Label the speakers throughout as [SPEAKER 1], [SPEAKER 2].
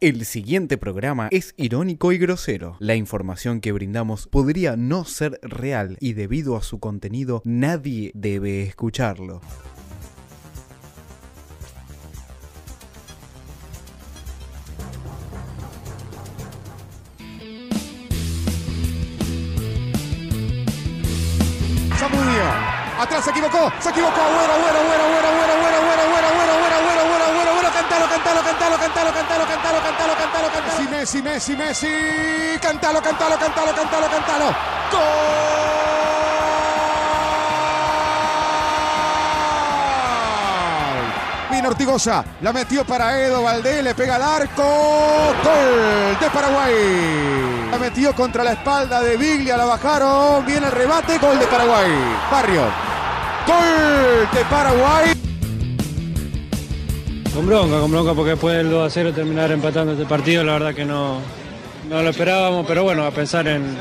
[SPEAKER 1] El siguiente programa es irónico y grosero. La información que brindamos podría no ser real y debido a su contenido nadie debe escucharlo.
[SPEAKER 2] Zamudio. Atrás se equivocó, se equivocó. Bueno, bueno, bueno, bueno, bueno, bueno, bueno, bueno, bueno, bueno, bueno, bueno, bueno, bueno, cantalo, cantalo, cantalo, cantalo, cantalo, cantalo, cantalo, cantalo, cantalo. Messi, Messi, Messi, Messi. Cantalo, cantalo, cantalo, cantalo, cantalo. Gol. Vino Ortigosa, la metió para Edo Valdés, le pega al arco. Gol de Paraguay. La metió contra la espalda de Biglia, la bajaron. Viene el rebate, gol de Paraguay. Barrio. Gol de Paraguay.
[SPEAKER 3] Con bronca, con bronca, porque después del 2 a 0 terminar empatando este partido, la verdad que no, no lo esperábamos, pero bueno, a pensar en,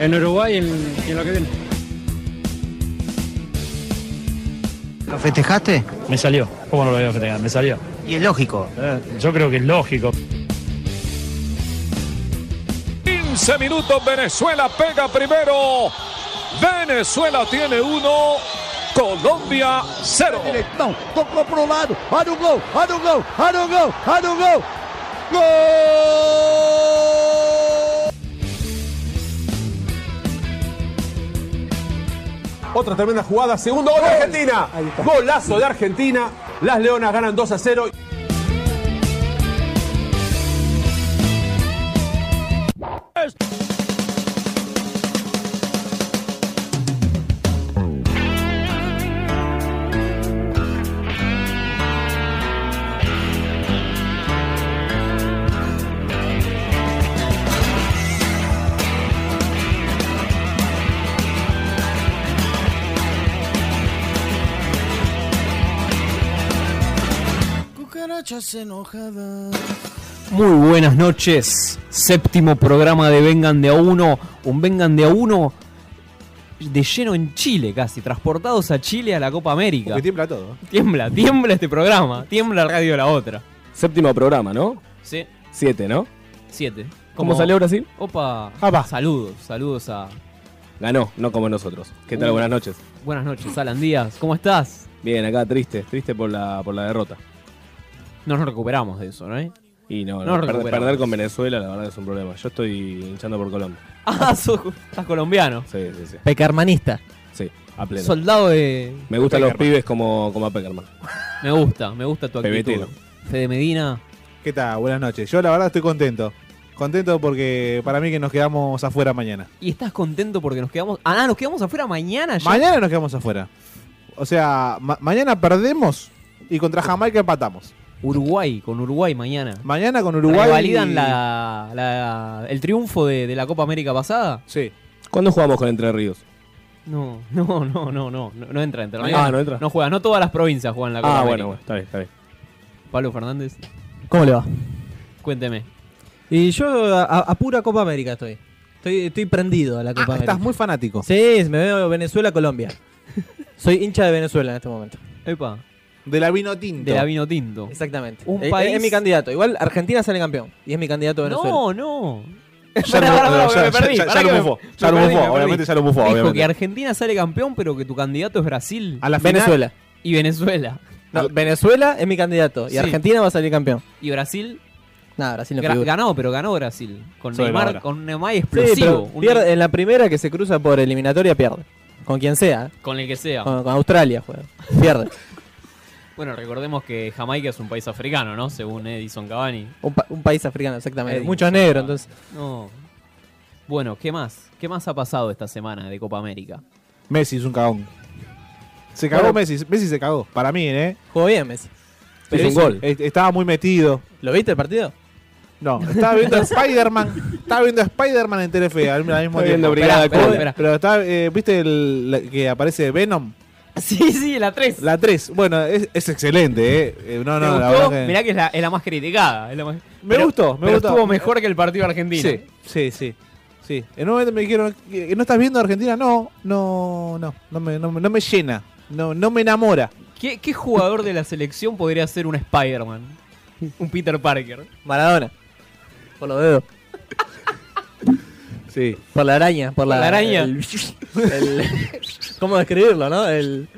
[SPEAKER 3] en Uruguay y en, y en lo que viene.
[SPEAKER 4] ¿Lo festejaste?
[SPEAKER 5] Me salió. ¿Cómo no lo voy a festejar? Me salió.
[SPEAKER 4] Y es lógico.
[SPEAKER 5] Eh, Yo creo que es lógico.
[SPEAKER 6] 15 minutos Venezuela pega primero. Venezuela tiene uno. Colombia cero.
[SPEAKER 2] Não, tocou pro lado. Olha o gol, olha o gol, olha o gol, olha o gol. Gol!
[SPEAKER 7] Otra tremenda jugada, segundo gol de Argentina. Golazo de Argentina. Las Leonas ganan 2 a 0.
[SPEAKER 8] Muy buenas noches, séptimo programa de Vengan de a uno, un Vengan de a uno de lleno en Chile casi, transportados a Chile a la Copa América.
[SPEAKER 7] tiembla todo.
[SPEAKER 8] Tiembla, tiembla este programa, tiembla Radio La Otra.
[SPEAKER 9] Séptimo programa, ¿no?
[SPEAKER 8] Sí,
[SPEAKER 9] Siete, ¿no?
[SPEAKER 8] siete.
[SPEAKER 9] ¿Cómo
[SPEAKER 8] Como-
[SPEAKER 9] salió Brasil?
[SPEAKER 8] Opa,
[SPEAKER 7] Ah, va.
[SPEAKER 8] saludos, saludos a...
[SPEAKER 9] Ganó, no como nosotros. ¿Qué tal?
[SPEAKER 8] Uh.
[SPEAKER 9] Buenas noches.
[SPEAKER 8] Buenas noches, Alan Díaz, ¿cómo estás?
[SPEAKER 9] Bien, acá triste, triste por la, por la derrota.
[SPEAKER 8] No nos recuperamos de eso, ¿no? eh?
[SPEAKER 9] Y no,
[SPEAKER 8] No
[SPEAKER 9] no, per-
[SPEAKER 8] recuperamos.
[SPEAKER 9] perder con Venezuela, la verdad es un problema. Yo estoy hinchando por Colombia.
[SPEAKER 8] Ah, sos, estás colombiano.
[SPEAKER 9] Sí, sí, sí.
[SPEAKER 4] Pecarmanista.
[SPEAKER 9] Sí, a pleno.
[SPEAKER 8] Soldado de...
[SPEAKER 9] Me gustan los
[SPEAKER 7] Peckerman.
[SPEAKER 9] pibes como, como a Peckerman.
[SPEAKER 8] Me gusta, me gusta tu actitud.
[SPEAKER 9] Pebetero.
[SPEAKER 8] Fede Medina,
[SPEAKER 7] ¿Qué tal? Buenas noches. Yo la verdad estoy contento. Contento porque para mí que nos quedamos afuera mañana.
[SPEAKER 8] ¿y estás contento porque nos quedamos... Ah, nos quedamos afuera mañana ya.
[SPEAKER 7] Mañana nos quedamos afuera. O sea, ma- mañana perdemos y contra Jamaica empatamos.
[SPEAKER 8] Uruguay, con Uruguay mañana.
[SPEAKER 7] Mañana con Uruguay.
[SPEAKER 8] Uruguay. ¿Validan la, la- el triunfo de, de la Copa América pasada?
[SPEAKER 7] Sí.
[SPEAKER 9] ¿Cuándo jugamos con Entre Ríos?
[SPEAKER 8] No, no, no, no, no. No, no entra, entra.
[SPEAKER 9] Ah, no entra.
[SPEAKER 8] No juega, no todas las provincias juegan la Copa
[SPEAKER 9] ah,
[SPEAKER 8] América.
[SPEAKER 9] bueno, bueno, está bien, está bien.
[SPEAKER 8] Pablo Fernández,
[SPEAKER 4] ¿Cómo le va?
[SPEAKER 8] cuénteme.
[SPEAKER 4] Y yo a, a pura Copa América estoy. Estoy, estoy prendido a la Copa
[SPEAKER 7] Ah,
[SPEAKER 4] América.
[SPEAKER 7] estás muy fanático.
[SPEAKER 4] Sí, me veo Venezuela-Colombia. Soy hincha de Venezuela en este momento.
[SPEAKER 8] Epa,
[SPEAKER 7] De la vino tinto.
[SPEAKER 8] de la vino tinto.
[SPEAKER 4] Exactamente.
[SPEAKER 8] Un
[SPEAKER 4] Eh,
[SPEAKER 8] país-
[SPEAKER 4] Es, mi candidato. Igual Argentina sale campeón. Y es mi candidato Venezuela.
[SPEAKER 8] No, no.
[SPEAKER 7] Ya
[SPEAKER 8] Pará,
[SPEAKER 7] no-
[SPEAKER 8] pará, pará,
[SPEAKER 7] ya-
[SPEAKER 8] me
[SPEAKER 7] ya-
[SPEAKER 8] perdí,
[SPEAKER 7] ya- ya
[SPEAKER 8] pará que
[SPEAKER 7] lo
[SPEAKER 8] me-
[SPEAKER 7] bufó.
[SPEAKER 8] me
[SPEAKER 7] Ya lo
[SPEAKER 8] perdí,
[SPEAKER 7] bufó,
[SPEAKER 8] me perdí.
[SPEAKER 7] obviamente ya lo bufó,
[SPEAKER 8] Dijo que
[SPEAKER 7] obviamente.
[SPEAKER 8] Argentina sale campeón, pero que tu candidato es Brasil
[SPEAKER 7] A la final-
[SPEAKER 4] Venezuela.
[SPEAKER 8] y Venezuela.
[SPEAKER 4] No, Venezuela es mi candidato. Y
[SPEAKER 8] Sí.
[SPEAKER 4] Argentina va a salir campeón.
[SPEAKER 8] Y Brasil
[SPEAKER 4] Nada, Brasil no
[SPEAKER 8] gra-
[SPEAKER 4] figura.
[SPEAKER 8] ganó, pero ganó Brasil. Con
[SPEAKER 7] Sobre la
[SPEAKER 8] Neymar,
[SPEAKER 7] hora.
[SPEAKER 8] con Neymar
[SPEAKER 4] Sí, pero
[SPEAKER 8] explosivo. un-
[SPEAKER 4] pierde, en la primera que se cruza por eliminatoria pierde. Con quien sea.
[SPEAKER 8] Con el que sea.
[SPEAKER 7] Ah.
[SPEAKER 4] Con, con Australia juega. Pierde.
[SPEAKER 8] Bueno, recordemos que Jamaica es un país africano, ¿no? Según Edison Cavani.
[SPEAKER 4] Un, pa- un país africano, exactamente.
[SPEAKER 8] Eh,
[SPEAKER 4] Muchos negros, entonces.
[SPEAKER 8] No. Bueno, ¿qué más? ¿Qué más ha pasado esta semana de Copa América?
[SPEAKER 7] Messi es un cagón. Se cagó
[SPEAKER 4] Bueno.
[SPEAKER 7] Messi. Messi se cagó. Para mí, ¿eh?
[SPEAKER 4] Jugó bien Messi.
[SPEAKER 9] Hizo
[SPEAKER 4] hizo-
[SPEAKER 9] un gol.
[SPEAKER 7] Eh, Estaba muy metido.
[SPEAKER 4] ¿Lo viste el partido?
[SPEAKER 7] No, estaba viendo a Spider-Man. Estaba viendo a Spider-Man en Telefe al, al mismo
[SPEAKER 9] Estaba viendo
[SPEAKER 7] tiempo.
[SPEAKER 9] Brigada
[SPEAKER 7] Pero-
[SPEAKER 8] Col.
[SPEAKER 7] pero, pero estaba, eh, ¿viste el, la- que aparece Venom?
[SPEAKER 8] Sí, sí, la 3.
[SPEAKER 7] La 3. Bueno, es, es excelente, ¿eh? Eh, No, no, la verdad que-
[SPEAKER 8] Mirá que es la, es la más criticada. es la más-
[SPEAKER 7] Me gustó, me
[SPEAKER 8] pero
[SPEAKER 7] gustó.
[SPEAKER 8] Estuvo mejor que el partido argentino.
[SPEAKER 7] Sí, sí, sí. Sí. En un momento me dijeron, ¿que- que ¿no estás viendo Argentina? No, no, no. No me, no, me- no me llena. No, no me enamora.
[SPEAKER 8] ¿Qué, qué jugador de la selección podría ser un Spider-Man? Un Peter Parker.
[SPEAKER 4] Maradona.
[SPEAKER 10] Por los dedos.
[SPEAKER 7] Sí.
[SPEAKER 10] Por la araña. Por la,
[SPEAKER 8] La araña.
[SPEAKER 10] el- el- ¿Cómo describirlo, no? El,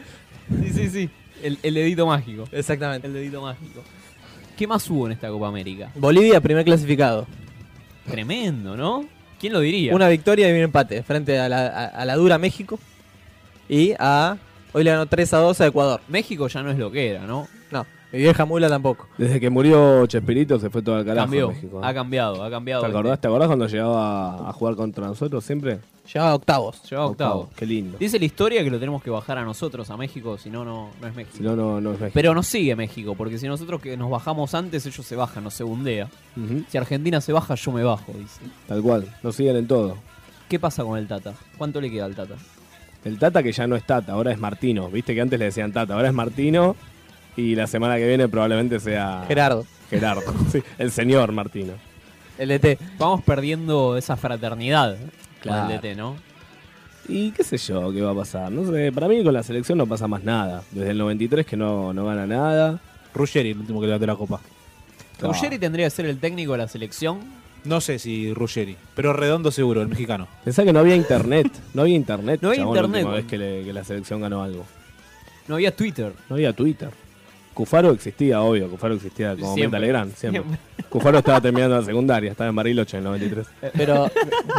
[SPEAKER 8] Sí, sí, sí. El, el dedito mágico.
[SPEAKER 10] exactamente.
[SPEAKER 8] El dedito mágico. ¿Qué más hubo en esta Copa América?
[SPEAKER 10] Bolivia, primer clasificado.
[SPEAKER 8] Tremendo, ¿no? ¿Quién lo diría?
[SPEAKER 10] Una victoria y un empate frente a la, a- a la dura México. Y a. Hoy le ganó 3 a 2 a Ecuador.
[SPEAKER 8] México ya no es lo que era, ¿no?
[SPEAKER 10] No, mi vieja mula tampoco.
[SPEAKER 9] Desde que murió Chespirito se fue todo al carajo
[SPEAKER 8] Cambió.
[SPEAKER 9] México. ¿eh?
[SPEAKER 8] Ha cambiado, ha cambiado.
[SPEAKER 9] ¿Te acordás, ¿Te acordás cuando llegaba a jugar contra nosotros siempre?
[SPEAKER 10] Llegaba a octavos.
[SPEAKER 8] Llegó a octavo.
[SPEAKER 9] Qué lindo.
[SPEAKER 8] Dice la historia que lo tenemos que bajar a nosotros, a México, si no, no no es México.
[SPEAKER 9] Si no, no, no es México.
[SPEAKER 8] Pero nos sigue México, porque si nosotros que nos bajamos antes, ellos se bajan, nos segundea.
[SPEAKER 9] Ujú,
[SPEAKER 8] Si Argentina se baja, yo me bajo, dice.
[SPEAKER 9] Tal cual. Nos siguen en todo.
[SPEAKER 8] ¿Qué pasa con el Tata? ¿Cuánto le queda al Tata?
[SPEAKER 9] El Tata que ya no es Tata, ahora es Martino. Viste que antes le decían Tata, ahora es Martino. Y la semana que viene probablemente sea
[SPEAKER 10] Gerardo,
[SPEAKER 9] Gerardo. Sí, el señor Martino.
[SPEAKER 10] el DT.
[SPEAKER 8] Vamos perdiendo esa fraternidad
[SPEAKER 9] Claro.
[SPEAKER 8] con el DT, ¿no?
[SPEAKER 9] Y qué sé yo, qué va a pasar. No sé, para mí con la selección no pasa más nada. Desde el 93 que no, no gana nada.
[SPEAKER 7] Ruggeri, el último que levantó la copa.
[SPEAKER 9] No.
[SPEAKER 8] Ruggeri tendría que ser el técnico de la selección.
[SPEAKER 7] No sé si Ruggeri, pero redondo seguro, el mexicano.
[SPEAKER 9] Pensá que no había internet. No había internet.
[SPEAKER 8] No había
[SPEAKER 9] chabón, la
[SPEAKER 8] internet,
[SPEAKER 9] última
[SPEAKER 8] güey.
[SPEAKER 9] vez que, le- que la selección ganó algo.
[SPEAKER 8] No había Twitter.
[SPEAKER 9] No había Twitter. Cufaro existía, obio. Cufaro existía como
[SPEAKER 8] Siempre.
[SPEAKER 9] Mirta Legrand, siempre. Cufaro estaba terminando la secundaria, estaba en Bariloche en el 93.
[SPEAKER 10] Pero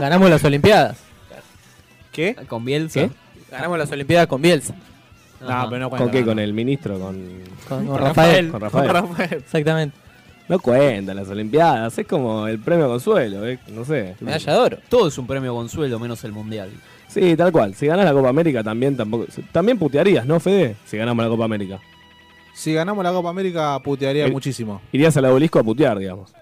[SPEAKER 10] ganamos las Olimpiadas.
[SPEAKER 7] ¿Qué?
[SPEAKER 8] Con Bielsa.
[SPEAKER 9] ¿Qué?
[SPEAKER 10] Ganamos las Olimpiadas con Bielsa.
[SPEAKER 8] Ajá.
[SPEAKER 7] No, pero no cuenta.
[SPEAKER 9] ¿Con qué?
[SPEAKER 7] no,
[SPEAKER 9] ¿Con
[SPEAKER 7] no.
[SPEAKER 9] el ministro? ¿Con,
[SPEAKER 10] Con,
[SPEAKER 7] Con
[SPEAKER 10] Rafael.
[SPEAKER 9] con Rafael?
[SPEAKER 10] Exactamente.
[SPEAKER 9] No cuentan las Olimpiadas, es como el premio consuelo, eh, no sé.
[SPEAKER 8] Ah,
[SPEAKER 10] Medalla de oro.
[SPEAKER 8] Todo es un premio consuelo, menos el Mundial.
[SPEAKER 9] Sí, tal cual. Si ganas la Copa América también tampoco. También putearías, ¿no, Fede? Si ganamos la Copa América.
[SPEAKER 7] Si ganamos la Copa América, putearía
[SPEAKER 9] Eh,
[SPEAKER 7] muchísimo.
[SPEAKER 9] Irías al obelisco a putear, digamos.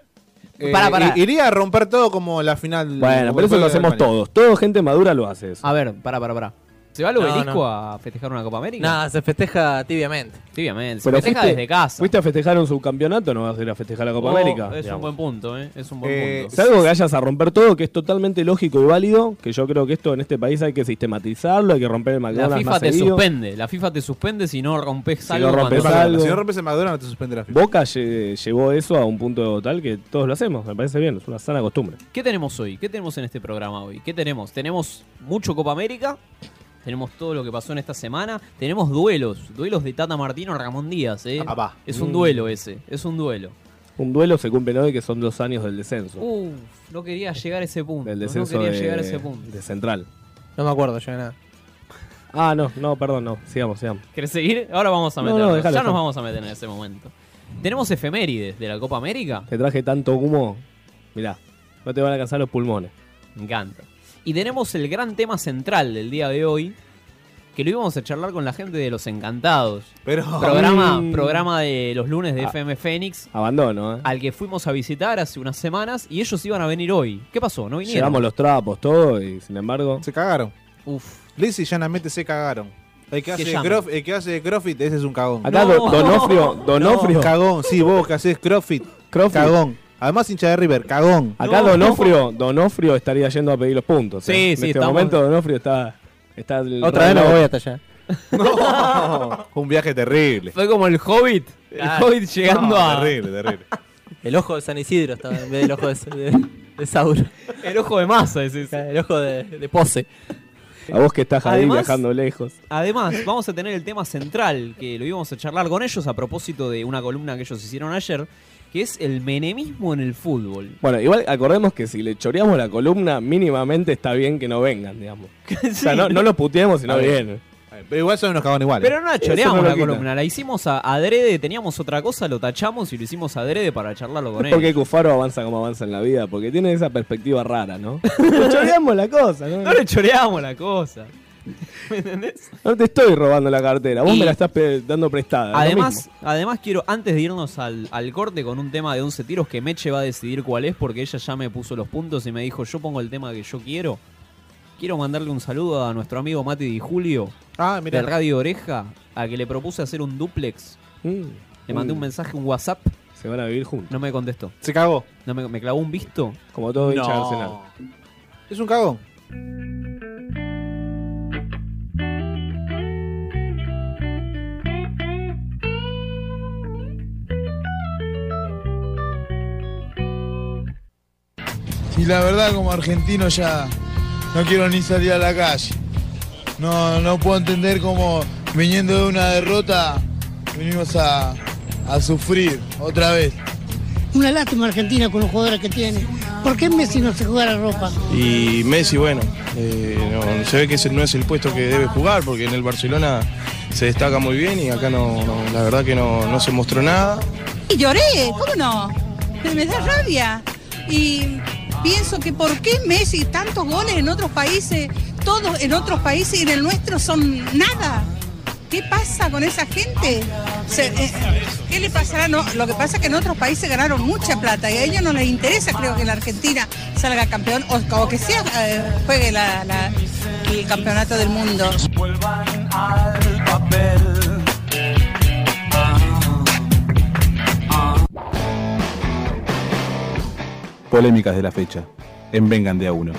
[SPEAKER 7] Eh,
[SPEAKER 8] pará, pará.
[SPEAKER 7] i- Iría a romper todo como la final.
[SPEAKER 9] Bueno,
[SPEAKER 7] como
[SPEAKER 9] pero eso
[SPEAKER 7] fue
[SPEAKER 9] lo hacemos
[SPEAKER 7] Alemania.
[SPEAKER 9] todos. Todo gente madura lo hace eso.
[SPEAKER 8] A ver, pará, pará, pará. ¿Se va al
[SPEAKER 10] No,
[SPEAKER 8] obelisco
[SPEAKER 10] no.
[SPEAKER 8] a festejar una Copa América?
[SPEAKER 10] Nada, se festeja tibiamente.
[SPEAKER 8] Sí, obviamente. Se
[SPEAKER 9] Pero
[SPEAKER 8] festeja
[SPEAKER 9] fuiste-
[SPEAKER 8] desde casa.
[SPEAKER 9] ¿Fuiste a festejar un subcampeonato no vas a ir a festejar la Copa
[SPEAKER 8] Oh,
[SPEAKER 9] América?
[SPEAKER 8] Es un
[SPEAKER 9] digamos.
[SPEAKER 8] buen punto, ¿eh? Es un buen
[SPEAKER 7] Eh,
[SPEAKER 8] punto.
[SPEAKER 9] Salvo que vayas a romper todo, que es totalmente lógico y válido, que yo creo que esto en este país hay que sistematizarlo, hay que romper el
[SPEAKER 8] La
[SPEAKER 9] McDonald's
[SPEAKER 8] FIFA
[SPEAKER 9] más
[SPEAKER 8] te
[SPEAKER 9] seguido.
[SPEAKER 8] suspende. La FIFA te suspende si no rompes
[SPEAKER 9] Si
[SPEAKER 8] algo
[SPEAKER 9] no rompes
[SPEAKER 8] cuando-
[SPEAKER 9] algo.
[SPEAKER 7] Maradona. Si no rompes el Maradona, no te suspende la FIFA.
[SPEAKER 9] Boca lle- llevó eso a un punto tal que todos lo hacemos, me parece bien, es una sana costumbre.
[SPEAKER 8] ¿Qué tenemos hoy? ¿Qué tenemos en este programa hoy? ¿Qué tenemos? Tenemos mucho Copa América. Tenemos todo lo que pasó en esta semana. Tenemos duelos. Duelos de Tata Martino Ramón Díaz, ¿eh?
[SPEAKER 7] Ah, va.
[SPEAKER 8] Es un
[SPEAKER 9] Mm.
[SPEAKER 8] duelo ese. Es un duelo.
[SPEAKER 9] Un duelo se cumple hoy que son dos años del descenso.
[SPEAKER 8] Uf, no quería llegar a ese punto.
[SPEAKER 9] del
[SPEAKER 8] Uh, No
[SPEAKER 9] descenso
[SPEAKER 8] quería
[SPEAKER 9] de,
[SPEAKER 8] llegar a ese punto.
[SPEAKER 9] de Central.
[SPEAKER 10] No me acuerdo yo de nada.
[SPEAKER 9] Ah, no, no, perdón, no. Sigamos, sigamos.
[SPEAKER 8] ¿Querés seguir? Ahora vamos a
[SPEAKER 9] No,
[SPEAKER 8] meternos.
[SPEAKER 9] no, dejalo,
[SPEAKER 8] ya nos
[SPEAKER 9] dejalo.
[SPEAKER 8] vamos a meter en ese momento. Tenemos efemérides de la Copa América.
[SPEAKER 9] Te traje tanto humo. Mirá, no te van a alcanzar los pulmones.
[SPEAKER 8] Me encanta. Y tenemos el gran tema central del día de hoy, que lo íbamos a charlar con la gente de Los Encantados.
[SPEAKER 7] Pero.
[SPEAKER 8] Programa,
[SPEAKER 9] Mm.
[SPEAKER 8] programa de los lunes de
[SPEAKER 9] Ah.
[SPEAKER 8] FM Fénix,
[SPEAKER 9] Abandono, ¿eh?
[SPEAKER 8] al que fuimos a visitar hace unas semanas y ellos iban a venir hoy. ¿Qué pasó? ¿No vinieron?
[SPEAKER 9] Llevamos los trapos, todo, y sin embargo.
[SPEAKER 7] Se cagaron.
[SPEAKER 8] Uf.
[SPEAKER 7] Liz y llanamente se cagaron. El que,
[SPEAKER 8] Se
[SPEAKER 7] hace
[SPEAKER 8] llaman.
[SPEAKER 7] crof- el que hace Crofit, ese es un cagón.
[SPEAKER 9] Acá
[SPEAKER 8] No.
[SPEAKER 9] Do- Donofrio, Donofrio,
[SPEAKER 7] No, Cagón, sí, vos que haces Crofit.
[SPEAKER 9] Crofit.
[SPEAKER 7] Cagón. Además, hincha de River, cagón.
[SPEAKER 9] Acá
[SPEAKER 8] No,
[SPEAKER 9] Donofrio, Donofrio estaría yendo a pedir los puntos.
[SPEAKER 8] Sí,
[SPEAKER 9] ¿eh? En
[SPEAKER 8] sí,
[SPEAKER 9] este
[SPEAKER 8] estamos-
[SPEAKER 9] momento Donofrio está. está el-
[SPEAKER 10] Otra vez no voy hasta allá.
[SPEAKER 7] Un viaje terrible.
[SPEAKER 8] Fue como el Hobbit. El
[SPEAKER 10] Ah.
[SPEAKER 8] Hobbit llegando
[SPEAKER 7] No,
[SPEAKER 8] a.
[SPEAKER 7] Terrible, terrible.
[SPEAKER 10] El ojo de San Isidro estaba en vez del ojo de, de, de Sauro.
[SPEAKER 8] El ojo de masa es ese.
[SPEAKER 10] El ojo de, de pose.
[SPEAKER 9] A vos que estás ahí
[SPEAKER 8] Además-
[SPEAKER 9] viajando lejos.
[SPEAKER 8] Además, vamos a tener el tema central que lo íbamos a charlar con ellos a propósito de una columna que ellos hicieron ayer, que es el menemismo en el fútbol.
[SPEAKER 9] Bueno, igual acordemos que si le choreamos la columna, mínimamente está bien que no vengan, digamos. O sea, no, no los puteemos sino
[SPEAKER 7] Está bien.
[SPEAKER 9] bien.
[SPEAKER 7] Pero igual son unos cagones iguales.
[SPEAKER 8] Pero no la
[SPEAKER 9] Eso
[SPEAKER 8] choreamos
[SPEAKER 9] no lo
[SPEAKER 8] la
[SPEAKER 9] quita.
[SPEAKER 8] columna, la hicimos a adrede, teníamos otra cosa, lo tachamos y lo hicimos adrede para charlarlo con
[SPEAKER 9] Es porque
[SPEAKER 8] él.
[SPEAKER 9] Cufaro avanza como avanza en la vida, porque tiene esa perspectiva rara, ¿no? Le choreamos la cosa, ¿no?
[SPEAKER 8] No le choreamos la cosa.
[SPEAKER 9] No te estoy robando la cartera, vos
[SPEAKER 8] Y-
[SPEAKER 9] me la estás pe- dando prestada. es Ah, lo
[SPEAKER 8] Además,
[SPEAKER 9] mismo.
[SPEAKER 8] además quiero, antes de irnos al, al corte con un tema de 11 tiros, que Meche va a decidir cuál es, porque ella ya me puso los puntos y me dijo, yo pongo el tema que yo quiero. Quiero mandarle un saludo a nuestro amigo Mati Di Julio,
[SPEAKER 7] Ah,
[SPEAKER 8] de
[SPEAKER 7] mira.
[SPEAKER 8] Radio Oreja, a que le propuse hacer un duplex.
[SPEAKER 9] Mm,
[SPEAKER 8] Le mandé un
[SPEAKER 9] mm,
[SPEAKER 8] mensaje, un WhatsApp,
[SPEAKER 9] Se van a vivir juntos,
[SPEAKER 8] no me contestó.
[SPEAKER 7] Se cagó.
[SPEAKER 8] No me, me clavó un visto.
[SPEAKER 9] como todo hincha de Arsenal.
[SPEAKER 7] Es un cagón.
[SPEAKER 11] Y la verdad como argentino ya no quiero ni salir a la calle. No, no puedo entender cómo viniendo de una derrota venimos a, a sufrir otra vez.
[SPEAKER 12] Una lástima Argentina con los jugadores que tiene. ¿Por qué Messi no se jugara ropa?
[SPEAKER 13] Y Messi, bueno, eh, no, se ve que ese no es el puesto que debe jugar porque en el Barcelona se destaca muy bien y acá no, no, la verdad que no, no se mostró nada.
[SPEAKER 14] Y lloré, ¿cómo no? Pero me da rabia. Y pienso que por qué Messi, tantos goles en otros países, todos en otros países y en el nuestro son nada. ¿Qué pasa con esa gente? Se- eh, ¿Qué le pasará? No, lo que pasa es que en otros países ganaron mucha plata y a ellos no les interesa, creo, que la Argentina salga campeón o, o que sea, eh, juegue la- la- el campeonato del mundo.
[SPEAKER 15] Polémicas de la fecha. En Vengan de a uno.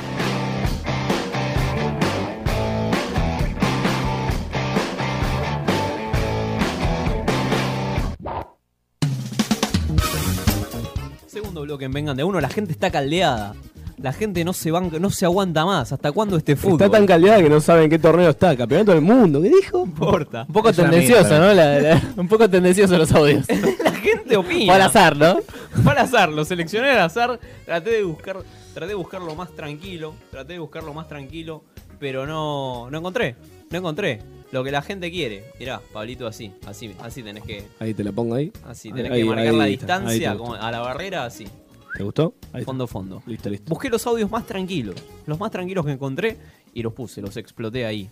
[SPEAKER 8] Segundo bloque en Vengan de a Uno, la gente está caldeada. La gente no se banca, no se aguanta más. ¿Hasta cuándo este fútbol?
[SPEAKER 9] Está tan caldeada que no saben qué torneo está. Campeonato del mundo, ¿qué dijo?
[SPEAKER 8] importa.
[SPEAKER 10] Un poco tendencioso, ¿no? La- la- un poco tendencioso los audios.
[SPEAKER 8] gente opina.
[SPEAKER 10] Por azar, ¿no?
[SPEAKER 8] Fue al azar, lo seleccioné al azar, traté de buscar, traté de buscarlo más tranquilo, traté de buscarlo más tranquilo, pero no, no encontré, no encontré lo que la gente quiere. Mirá, Pablito así, así, así tenés que,
[SPEAKER 9] Ahí te la pongo ahí.
[SPEAKER 8] así Ah, tenés
[SPEAKER 9] Ahí-
[SPEAKER 8] que marcar
[SPEAKER 9] ahí
[SPEAKER 8] la
[SPEAKER 9] está, ahí
[SPEAKER 8] distancia
[SPEAKER 9] te gustó.
[SPEAKER 8] como a la barrera así.
[SPEAKER 9] ¿Te gustó? Ahí
[SPEAKER 8] Fondo, fondo.
[SPEAKER 9] Listo, listo.
[SPEAKER 8] Busqué los audios más tranquilos, los más tranquilos que encontré y los puse, los exploté ahí.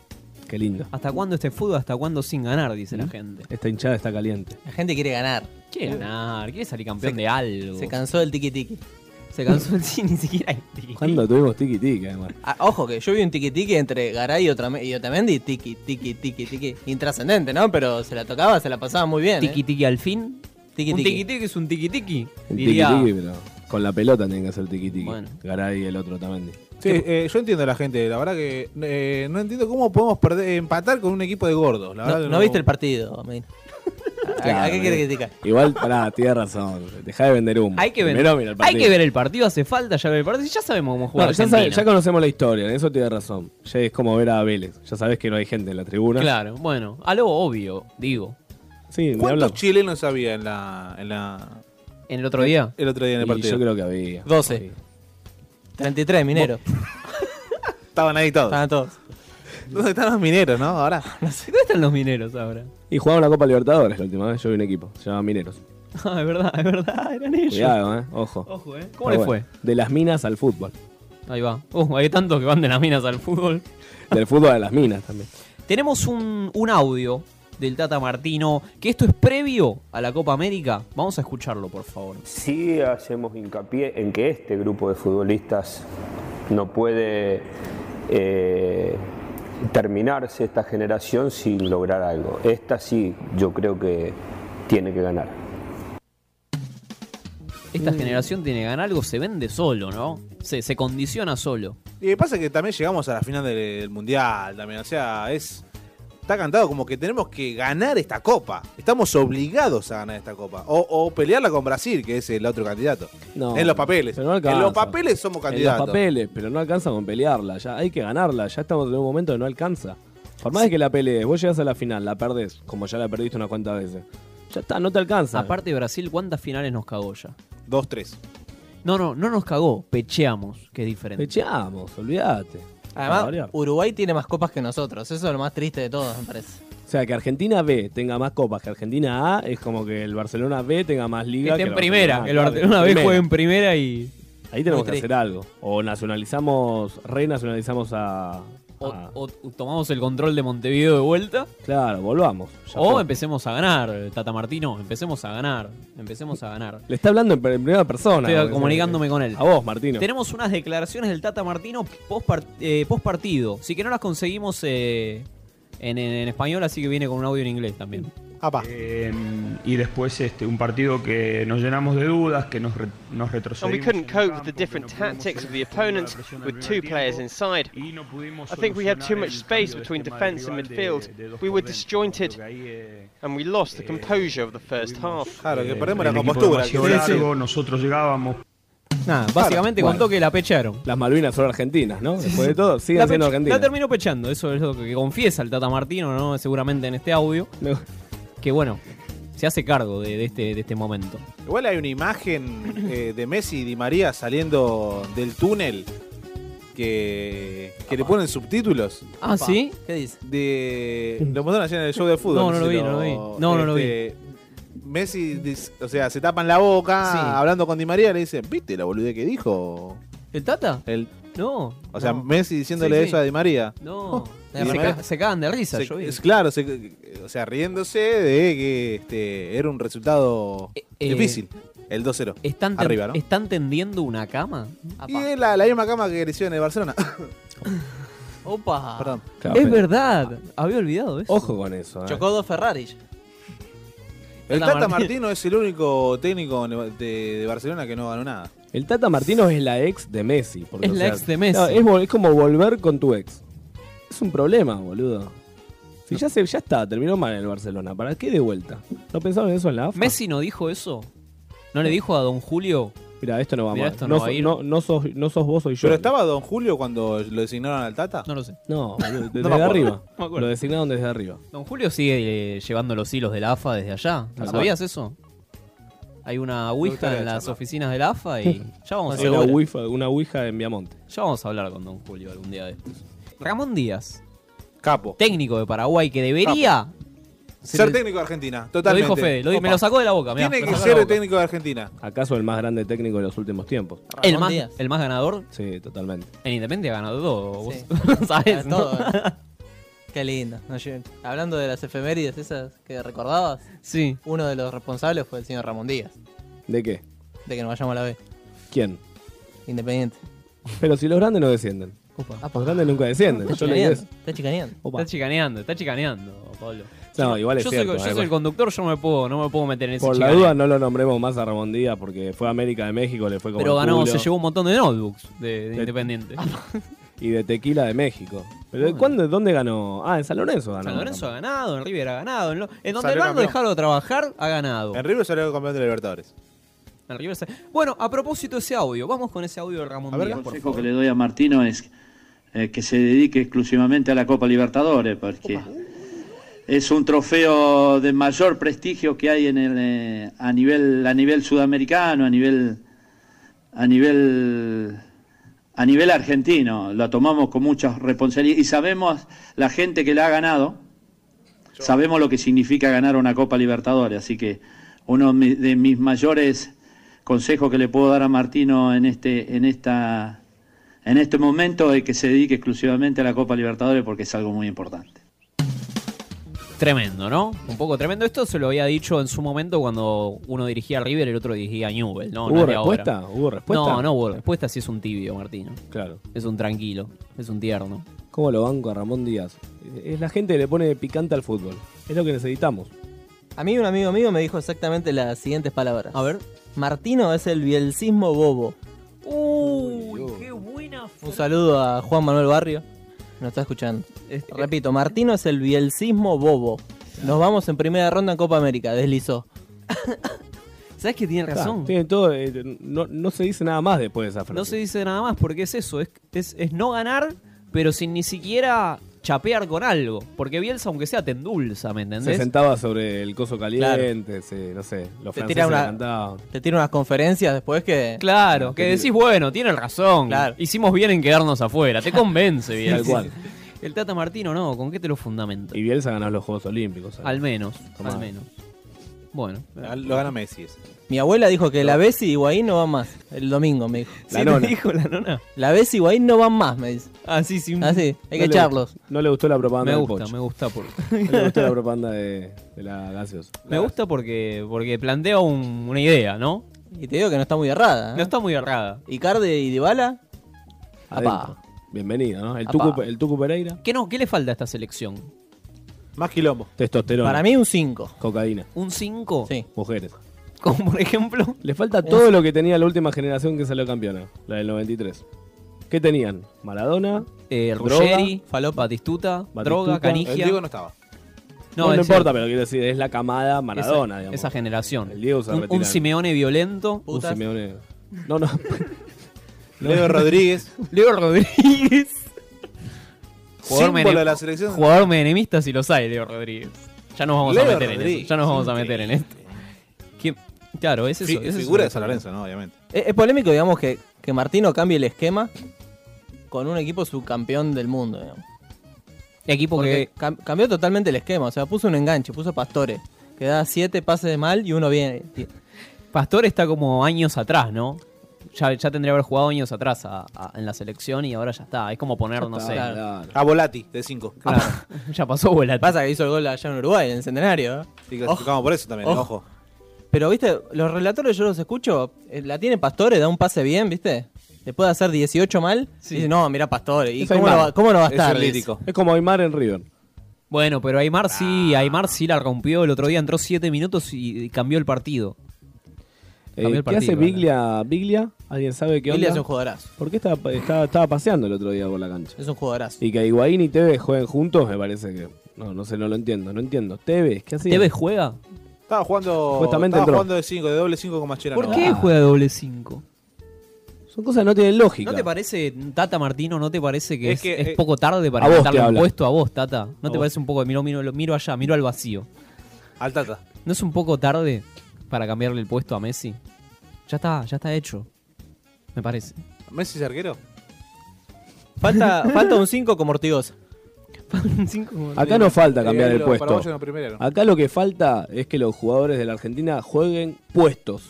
[SPEAKER 9] Qué lindo.
[SPEAKER 8] ¿Hasta cuándo este fútbol? ¿Hasta cuándo sin ganar? Dice la gente.
[SPEAKER 9] Esta hinchada está caliente.
[SPEAKER 10] Mm. La gente quiere ganar.
[SPEAKER 8] Quiere ganar, quiere salir campeón de algo.
[SPEAKER 10] Se cansó del tiki tiki.
[SPEAKER 8] Se cansó el sí, ni siquiera hay tiki.
[SPEAKER 9] ¿Cuándo tuvimos tiki tiki además?
[SPEAKER 10] Ah, ojo que yo vi un tiki tiki entre Garay y, Otrame- y Otamendi, tiki tiki tiki tiki. Intrascendente, ¿no? Pero se la tocaba, se la pasaba muy bien. ¿eh? Tiki
[SPEAKER 8] tiki al fin.
[SPEAKER 10] Tiki
[SPEAKER 8] Un
[SPEAKER 10] tiki.
[SPEAKER 8] tiki-tiki es un tiki-tiki.
[SPEAKER 9] El
[SPEAKER 8] Diría.
[SPEAKER 9] tiki tiki, pero con la pelota tienen que hacer tiki tiki.
[SPEAKER 8] Bueno.
[SPEAKER 9] Garay y el otro también.
[SPEAKER 7] Sí, eh, yo entiendo a la gente, la verdad que eh, no entiendo cómo podemos perder, empatar con un equipo de gordos. La verdad
[SPEAKER 10] No,
[SPEAKER 7] que
[SPEAKER 10] no viste el partido, Medina. ¿A, a qué quiere criticar?
[SPEAKER 9] Igual, pará, tienes razón. Deja de vender humo.
[SPEAKER 8] Hay que ver.
[SPEAKER 9] Primero mira el
[SPEAKER 8] hay
[SPEAKER 9] partido.
[SPEAKER 8] que ver el partido, hace falta ya ver el partido. Ya sabemos cómo jugar.
[SPEAKER 9] No, ya,
[SPEAKER 8] Argentina.
[SPEAKER 9] sabe- ya conocemos la historia, en eso tienes razón. Ya es como ver a Vélez. Ya sabes que no hay gente en la tribuna.
[SPEAKER 8] Claro, bueno, a lo obvio, digo.
[SPEAKER 9] Sí, ni
[SPEAKER 7] ¿Cuántos
[SPEAKER 9] hablar.
[SPEAKER 7] chilenos había en la, en la-
[SPEAKER 8] ¿En el otro día?
[SPEAKER 7] El otro día en el
[SPEAKER 9] Y
[SPEAKER 7] partido.
[SPEAKER 9] yo creo que había.
[SPEAKER 10] 12. 33 mineros.
[SPEAKER 7] Estaban ahí todos.
[SPEAKER 10] Estaban todos.
[SPEAKER 7] ¿Dónde están los mineros, no? Ahora.
[SPEAKER 8] No sé, ¿dónde están los mineros ahora?
[SPEAKER 9] Y jugaba una Copa Libertadores la última vez. Yo vi un equipo. Se llamaba Mineros.
[SPEAKER 8] Ah, es verdad, es verdad, eran ellos.
[SPEAKER 9] Cuidado, eh. Ojo.
[SPEAKER 8] Ojo, eh. ¿Cómo
[SPEAKER 9] Pero
[SPEAKER 8] le
[SPEAKER 9] bueno, De las minas al fútbol.
[SPEAKER 8] fue? Ahí va. Uh, hay tantos que van de las minas al fútbol.
[SPEAKER 9] Del fútbol a las minas también.
[SPEAKER 8] Tenemos un, un audio del Tata Martino, que esto es previo a la Copa América. Vamos a escucharlo, por favor.
[SPEAKER 16] Sí hacemos hincapié en que este grupo de futbolistas no puede eh, terminarse esta generación sin lograr algo. Esta sí, yo creo que tiene que ganar.
[SPEAKER 8] Esta generación tiene que ganar algo, se vende solo, ¿no? Se, se condiciona solo.
[SPEAKER 7] Y pasa que también llegamos a la final del, del Mundial también. O sea, es. Está cantado como que tenemos que ganar esta copa. Estamos obligados a ganar esta copa. O, o pelearla con Brasil, que es el otro candidato.
[SPEAKER 9] No,
[SPEAKER 7] en los papeles.
[SPEAKER 9] pero no
[SPEAKER 7] en los
[SPEAKER 9] alcanza.
[SPEAKER 7] papeles somos candidatos.
[SPEAKER 9] En los papeles, pero no alcanza con pelearla. Ya hay que ganarla. Ya estamos en un momento que no alcanza. Por más de que la pelees, vos llegas a la final, la perdés, como ya la perdiste unas cuantas veces. Ya está, no te alcanza.
[SPEAKER 8] Aparte, Brasil, ¿cuántas finales nos cagó ya?
[SPEAKER 7] Dos, tres.
[SPEAKER 8] No, no, no nos cagó, pecheamos, que es diferente.
[SPEAKER 9] Pecheamos, olvídate.
[SPEAKER 10] Además, Uruguay tiene más copas que nosotros. Eso es lo más triste de todos, me parece.
[SPEAKER 9] O sea, que Argentina B tenga más copas que Argentina A es como que el Barcelona B tenga más liga.
[SPEAKER 8] esté
[SPEAKER 9] que
[SPEAKER 8] en
[SPEAKER 9] el
[SPEAKER 8] primera,
[SPEAKER 9] A,
[SPEAKER 8] que el
[SPEAKER 9] claro,
[SPEAKER 8] Barcelona B juegue en primera y.
[SPEAKER 9] Ahí tenemos que
[SPEAKER 8] Muy
[SPEAKER 9] hacer algo. O nacionalizamos, renacionalizamos a.
[SPEAKER 8] O,
[SPEAKER 9] Ah.
[SPEAKER 8] o tomamos el control de Montevideo de vuelta.
[SPEAKER 9] Claro, volvamos. Ya
[SPEAKER 8] o
[SPEAKER 9] fue.
[SPEAKER 8] empecemos a ganar, Tata Martino. Empecemos a ganar. Empecemos a ganar.
[SPEAKER 9] Le está hablando en, en primera persona.
[SPEAKER 8] Estoy
[SPEAKER 9] ¿no?
[SPEAKER 8] comunicándome con él.
[SPEAKER 9] A vos, Martino.
[SPEAKER 8] Tenemos unas declaraciones del Tata Martino post, partido. Sí que no las conseguimos eh, en, en- en español, así que viene con un audio en inglés también.
[SPEAKER 17] Eh, y después este, un partido que nos llenamos de dudas, que nos, re- nos
[SPEAKER 18] and we
[SPEAKER 17] retrocedimos.
[SPEAKER 18] couldn't cope with the different tactics of the opponent with two players inside. I think we had too much space between defence and midfield. We were disjointed and we lost the composure of the first half.
[SPEAKER 7] Claro, que
[SPEAKER 17] Eh,
[SPEAKER 7] perdemos
[SPEAKER 17] el
[SPEAKER 7] la
[SPEAKER 17] equipo
[SPEAKER 7] compostura.
[SPEAKER 17] demasiado
[SPEAKER 7] Sí, sí.
[SPEAKER 17] largo, Nosotros llegábamos
[SPEAKER 8] Nada, básicamente
[SPEAKER 9] Claro.
[SPEAKER 8] contó que la pecharon.
[SPEAKER 9] Las Malvinas son argentinas, ¿no? Después de todo, siguen
[SPEAKER 8] La
[SPEAKER 9] siendo
[SPEAKER 8] pech-
[SPEAKER 9] argentinas.
[SPEAKER 8] La terminó pechando, eso es lo que confiesa el Tata Martino, ¿no? Seguramente en este audio. Que bueno, se hace cargo de, de este, de este momento.
[SPEAKER 7] Igual hay una imagen eh, de Messi y Di María saliendo del túnel que, que le ponen subtítulos.
[SPEAKER 8] Ah, Apa. ¿sí?
[SPEAKER 10] ¿Qué dice?
[SPEAKER 7] De, lo mostraron ayer en el show de fútbol.
[SPEAKER 8] No, no
[SPEAKER 7] sé
[SPEAKER 8] lo
[SPEAKER 7] si
[SPEAKER 8] vi, no lo vi. No, no lo vi.
[SPEAKER 7] Messi, dis- o sea, se tapan la boca
[SPEAKER 8] Sí.
[SPEAKER 7] hablando con Di María le dicen, ¿viste la boludez que dijo?
[SPEAKER 8] ¿El Tata?
[SPEAKER 7] El,
[SPEAKER 8] No.
[SPEAKER 7] o sea,
[SPEAKER 8] no.
[SPEAKER 7] Messi diciéndole
[SPEAKER 8] Sí, sí.
[SPEAKER 7] eso a Di María.
[SPEAKER 8] No.
[SPEAKER 7] Y Di
[SPEAKER 8] se,
[SPEAKER 7] María-
[SPEAKER 8] ca- se cagan de risa,
[SPEAKER 7] se-
[SPEAKER 8] yo vi.
[SPEAKER 7] es claro, se- o sea, riéndose de que este, era un resultado
[SPEAKER 8] eh,
[SPEAKER 7] difícil. El 2-0.
[SPEAKER 8] ¿Están, ten-
[SPEAKER 7] Arriba, ¿no?
[SPEAKER 8] ¿Están tendiendo una cama?
[SPEAKER 7] Y es la, la misma cama que creció en el Barcelona.
[SPEAKER 8] Ah,
[SPEAKER 10] Opa.
[SPEAKER 7] Perdón.
[SPEAKER 8] es verdad, había olvidado eso.
[SPEAKER 9] Ojo con eso.
[SPEAKER 7] eh.
[SPEAKER 10] Chocó dos Ferraris.
[SPEAKER 7] El
[SPEAKER 10] Tata
[SPEAKER 7] Tata
[SPEAKER 10] Martino.
[SPEAKER 7] Martino es el único técnico ne- de, de Barcelona que no ganó nada.
[SPEAKER 9] El Tata Martino es la ex de Messi. porque,
[SPEAKER 7] Es la ex de Messi.
[SPEAKER 9] no, es, vol- es como volver con tu ex. Es un problema, boludo. Si ya, se, ya está, terminó mal en el Barcelona. ¿Para qué de vuelta? ¿No pensaron en eso en la AFA?
[SPEAKER 8] ¿Messi no dijo eso? ¿No le dijo a don Julio?
[SPEAKER 9] Mira, esto no va
[SPEAKER 8] Mirá,
[SPEAKER 9] mal.
[SPEAKER 8] esto no
[SPEAKER 9] no,
[SPEAKER 8] va a
[SPEAKER 9] so-
[SPEAKER 8] ir.
[SPEAKER 9] no- no sos, no sos vos, soy yo.
[SPEAKER 7] ¿Pero estaba Don Julio cuando lo designaron al Tata?
[SPEAKER 8] No lo sé.
[SPEAKER 9] No, boludo, desde
[SPEAKER 7] No me acuerdo.
[SPEAKER 9] arriba.
[SPEAKER 8] me acuerdo.
[SPEAKER 9] Lo designaron desde arriba.
[SPEAKER 8] Don Julio sigue eh, llevando los hilos de la AFA desde allá.
[SPEAKER 9] Tal
[SPEAKER 8] ¿Sabías eso? Hay una Ouija
[SPEAKER 9] gustaría
[SPEAKER 8] en las
[SPEAKER 9] charlar.
[SPEAKER 8] oficinas de la AFA y ya vamos a
[SPEAKER 9] Hay una
[SPEAKER 8] hablar.
[SPEAKER 9] ouija, una ouija en Viamonte.
[SPEAKER 8] Ya vamos a hablar con Don Julio algún día de estos. Ramón Díaz.
[SPEAKER 7] Capo.
[SPEAKER 8] Técnico de Paraguay que debería.
[SPEAKER 7] Ser
[SPEAKER 8] el-
[SPEAKER 7] técnico de Argentina, totalmente.
[SPEAKER 8] Lo dijo Fede, lo di- me lo sacó de la boca. mirá,
[SPEAKER 7] Tiene
[SPEAKER 8] me lo
[SPEAKER 7] que
[SPEAKER 8] sacó de
[SPEAKER 7] ser
[SPEAKER 8] la
[SPEAKER 7] el
[SPEAKER 8] boca.
[SPEAKER 7] técnico de Argentina.
[SPEAKER 9] ¿Acaso el más grande técnico de los últimos tiempos?
[SPEAKER 8] El más, el más ganador.
[SPEAKER 9] Sí, totalmente.
[SPEAKER 8] En Independiente ha ganado todo. vos
[SPEAKER 10] Sí. Ya,
[SPEAKER 8] sabés, ¿no?
[SPEAKER 10] todo. Qué lindo. No, yo- hablando de las efemérides esas que recordabas,
[SPEAKER 8] Sí.
[SPEAKER 10] uno de los responsables fue el señor Ramón Díaz,
[SPEAKER 9] ¿De qué?
[SPEAKER 10] de que nos vayamos a la B.
[SPEAKER 9] ¿Quién?
[SPEAKER 10] Independiente. Ah, pues,
[SPEAKER 9] Pero si los grandes no descienden. Los grandes nunca descienden.
[SPEAKER 10] Está
[SPEAKER 9] Yo leí
[SPEAKER 10] chicaneando.
[SPEAKER 9] eso.
[SPEAKER 10] Está chicaneando.
[SPEAKER 8] Está chicaneando, está chicaneando, Pablo.
[SPEAKER 9] No, igual es
[SPEAKER 8] yo
[SPEAKER 9] cierto,
[SPEAKER 8] soy, yo
[SPEAKER 9] eh,
[SPEAKER 8] soy el conductor, yo no me puedo, no me puedo meter en ese
[SPEAKER 9] Por la
[SPEAKER 8] chicaneo.
[SPEAKER 9] duda no lo nombremos más a Ramón Díaz porque fue a América de México, le fue como
[SPEAKER 8] Pero
[SPEAKER 9] el
[SPEAKER 8] ganó,
[SPEAKER 9] culo. Eh, ah,
[SPEAKER 8] se llevó un montón de notebooks de, de
[SPEAKER 9] De-
[SPEAKER 8] Independiente.
[SPEAKER 9] Y de Tequila de México. Pero ¿cuándo, ¿Dónde ganó? Ah, en San Lorenzo ganó.
[SPEAKER 8] San Lorenzo ha ganado, en River ha ganado. En, lo- en donde
[SPEAKER 7] Salió
[SPEAKER 8] el Bardo
[SPEAKER 7] campeón.
[SPEAKER 8] dejaron de trabajar, ha ganado.
[SPEAKER 9] Er-
[SPEAKER 7] En River salió campeón de la Libertadores.
[SPEAKER 8] En River se- Bueno, a propósito de ese audio, vamos con ese audio de Ramón
[SPEAKER 3] A ver,
[SPEAKER 8] Díaz,
[SPEAKER 3] el
[SPEAKER 8] por
[SPEAKER 3] consejo
[SPEAKER 8] favor.
[SPEAKER 3] que le doy a Martino es eh, que se dedique exclusivamente a la Copa Libertadores, porque es un trofeo de mayor prestigio que hay en el, eh, a nivel a nivel sudamericano, a nivel a nivel a nivel argentino. La tomamos con mucha responsabilidad y sabemos la gente que la ha ganado. Sabemos lo que significa ganar una Copa Libertadores, así que uno de mi- de mis mayores consejos que le puedo dar a Martino en este en esta en este momento es que se dedique exclusivamente a la Copa Libertadores porque es algo muy importante.
[SPEAKER 8] Tremendo, ¿no? Un poco tremendo. Esto se lo había dicho en su momento cuando uno dirigía a River, el otro dirigía a Newell. No,
[SPEAKER 9] ¿Hubo
[SPEAKER 8] No es de ahora.
[SPEAKER 9] respuesta? ¿Hubo respuesta?
[SPEAKER 8] No, no hubo respuesta. Sí es un tibio, Martino.
[SPEAKER 9] Claro.
[SPEAKER 8] Es un tranquilo, es un tierno.
[SPEAKER 9] ¿Cómo lo banco a Ramón Díaz? Eh, Es la gente que le pone picante al fútbol. Es lo que necesitamos.
[SPEAKER 10] A mí un amigo mío me dijo exactamente las siguientes palabras. A ver. Martino es el bielcismo bobo.
[SPEAKER 8] Uy, qué buena
[SPEAKER 10] Un saludo a Juan Manuel Barrio. Nos está escuchando. Repito, Martino es el bielcismo bobo. Nos vamos en primera ronda en Copa América, deslizó.
[SPEAKER 8] ¿Sabes que Ah, tiene razón?
[SPEAKER 9] Tiene todo, eh, no, no se dice nada más después de esa frase.
[SPEAKER 8] No se dice nada más porque es eso, es, es, es no ganar, pero sin ni siquiera chapear con algo. Porque Bielsa, aunque sea, te endulza, ¿me entendés?
[SPEAKER 9] Se sentaba sobre el coso
[SPEAKER 8] Claro.
[SPEAKER 9] caliente, se- no sé, los
[SPEAKER 8] Te
[SPEAKER 9] franceses
[SPEAKER 8] tira una-
[SPEAKER 9] le cantaban.
[SPEAKER 10] Te tira unas conferencias después que.
[SPEAKER 8] Claro, que decís, bueno, tiene razón. Hicimos bien en quedarnos afuera. Te convence, Bielsa.
[SPEAKER 9] Tal cual.
[SPEAKER 8] El Tata Martino no, ¿con qué te lo fundamenta?
[SPEAKER 9] Y Bielsa ganó los Juegos Olímpicos.
[SPEAKER 8] Al menos,
[SPEAKER 9] Tomá.
[SPEAKER 8] al menos. Bueno.
[SPEAKER 7] Lo gana Messi. ese.
[SPEAKER 10] Mi abuela dijo que la Bessi y Higuaín no van más. El domingo me dijo.
[SPEAKER 9] La Sí, nona. me
[SPEAKER 8] dijo la nona.
[SPEAKER 10] La Bessi y Higuaín no van más, me dice.
[SPEAKER 8] Ah, sí, sí.
[SPEAKER 10] Ah, sí, hay que
[SPEAKER 9] No le-
[SPEAKER 10] echarlos.
[SPEAKER 9] No le gustó la propaganda
[SPEAKER 8] Me
[SPEAKER 9] del
[SPEAKER 8] gusta,
[SPEAKER 9] Pocho.
[SPEAKER 8] me gusta por-
[SPEAKER 9] No le gustó la propaganda de, de la gaseosa.
[SPEAKER 8] Me gusta porque, porque plantea un- una idea, ¿no?
[SPEAKER 10] Y te digo que no está muy errada.
[SPEAKER 8] No está muy errada.
[SPEAKER 10] ¿Y Carde y Dybala?
[SPEAKER 9] Adentro. Bienvenido, ¿no? El
[SPEAKER 8] Apá.
[SPEAKER 9] tucu, el tucu Pereira.
[SPEAKER 8] ¿Qué, no, ¿Qué le falta a esta selección?
[SPEAKER 7] Más quilombo.
[SPEAKER 9] Testosterona.
[SPEAKER 10] Para mí un 5.
[SPEAKER 9] Cocaína.
[SPEAKER 8] ¿Un 5?
[SPEAKER 10] Sí.
[SPEAKER 9] Mujeres.
[SPEAKER 8] Como por ejemplo.
[SPEAKER 9] Le falta todo lo que tenía la última generación que salió campeona, la del 93. ¿Qué tenían? Maradona,
[SPEAKER 8] Eh,
[SPEAKER 9] droga,
[SPEAKER 8] Ruggeri, Falop, Batistuta, Droga, Canigia.
[SPEAKER 7] El Diego no estaba.
[SPEAKER 9] No, no
[SPEAKER 8] el-
[SPEAKER 9] importa, pero quiero decir, es la camada
[SPEAKER 8] esa-
[SPEAKER 9] Maradona, digamos.
[SPEAKER 8] Esa generación.
[SPEAKER 9] El Diego se
[SPEAKER 8] un,
[SPEAKER 9] retira.
[SPEAKER 8] un Simeone violento.
[SPEAKER 9] Un Simeone No, no.
[SPEAKER 7] Leo Rodríguez.
[SPEAKER 8] Leo Rodríguez. Jugador,
[SPEAKER 7] Símbolo
[SPEAKER 8] menem-
[SPEAKER 7] de la selección.
[SPEAKER 8] jugador menemista si los hay, Leo Rodríguez. Ya nos vamos a
[SPEAKER 7] Leo
[SPEAKER 8] meter en
[SPEAKER 7] Rodríguez.
[SPEAKER 8] eso. Ya nos vamos a meter en esto. ¿Qué- Claro, es eso.
[SPEAKER 7] Fi-
[SPEAKER 8] es eso.
[SPEAKER 7] figura de San Lorenzo, ¿no? Obviamente.
[SPEAKER 10] Es, es polémico, digamos, que, que Martino cambie el esquema con un equipo subcampeón del mundo, digamos.
[SPEAKER 8] Equipo
[SPEAKER 10] Porque cam- cambió totalmente el esquema, o sea, puso un enganche, puso Pastore, que da siete pases de mal y uno viene.
[SPEAKER 8] Pastor está como años atrás, ¿no? Ya, ya tendría que haber jugado años atrás a- a- en la selección y ahora ya está. Es como poner, no sé.
[SPEAKER 7] A Volati, de 5.
[SPEAKER 8] Claro. ya pasó Volati.
[SPEAKER 10] Pasa que hizo el gol allá en Uruguay, en el centenario. ¿eh?
[SPEAKER 7] Y clasificamos por eso también, ojo.
[SPEAKER 10] Pero, viste, los relatores yo los escucho, eh, la tiene Pastore, da un pase bien, viste. Le puede hacer 18 mal. Y dice, no, mira Pastore, ¿y
[SPEAKER 9] Es
[SPEAKER 10] cómo no,
[SPEAKER 9] Aymar.
[SPEAKER 10] va, cómo no va a estar? dice.
[SPEAKER 9] Es como Aymar en River.
[SPEAKER 8] Bueno, pero Aymar sí, Aymar sí la rompió. El otro día entró 7 minutos y, y cambió el partido.
[SPEAKER 9] Eh,
[SPEAKER 8] Cambió el
[SPEAKER 9] ¿Qué hace
[SPEAKER 8] partido,
[SPEAKER 9] Biglia? ¿Biglia? ¿Alguien sabe qué onda?
[SPEAKER 10] Biglia es un jugadorazo.
[SPEAKER 9] ¿Por qué estaba, estaba- estaba paseando el otro día por la cancha?
[SPEAKER 10] Es un jugadorazo.
[SPEAKER 9] Y que Higuaín y Tevez jueguen juntos me parece que... No, no sé, no lo entiendo, no entiendo. Tevez, ¿qué hacía?
[SPEAKER 8] ¿Tevez juega?
[SPEAKER 7] Estaba jugando.
[SPEAKER 9] Supuestamente
[SPEAKER 7] Estaba
[SPEAKER 9] entró.
[SPEAKER 7] jugando de 5, de doble 5 con Machera.
[SPEAKER 8] ¿Por qué juega doble 5?
[SPEAKER 9] Son cosas que no tienen lógica.
[SPEAKER 8] ¿No te parece, Tata Martino, no te parece que
[SPEAKER 7] Es
[SPEAKER 8] es,
[SPEAKER 7] que,
[SPEAKER 8] es
[SPEAKER 7] eh,
[SPEAKER 8] poco tarde para
[SPEAKER 9] a vos te
[SPEAKER 8] quitarle un
[SPEAKER 9] habla.
[SPEAKER 8] puesto a vos, Tata? ¿No
[SPEAKER 9] A
[SPEAKER 8] te
[SPEAKER 9] vos.
[SPEAKER 8] parece un poco, miro, miro, miro allá, miro al vacío?
[SPEAKER 7] Al Tata.
[SPEAKER 8] ¿No es un poco tarde para cambiarle el puesto a Messi? Ya está, ya está hecho. Me parece.
[SPEAKER 7] ¿Messi es arquero?
[SPEAKER 10] Falta, falta un 5 como Ortigosa.
[SPEAKER 9] Acá no
[SPEAKER 7] Eh,
[SPEAKER 9] falta cambiar el puesto. Ah,
[SPEAKER 7] primero.
[SPEAKER 9] Acá lo que falta es que los jugadores de la Argentina jueguen puestos.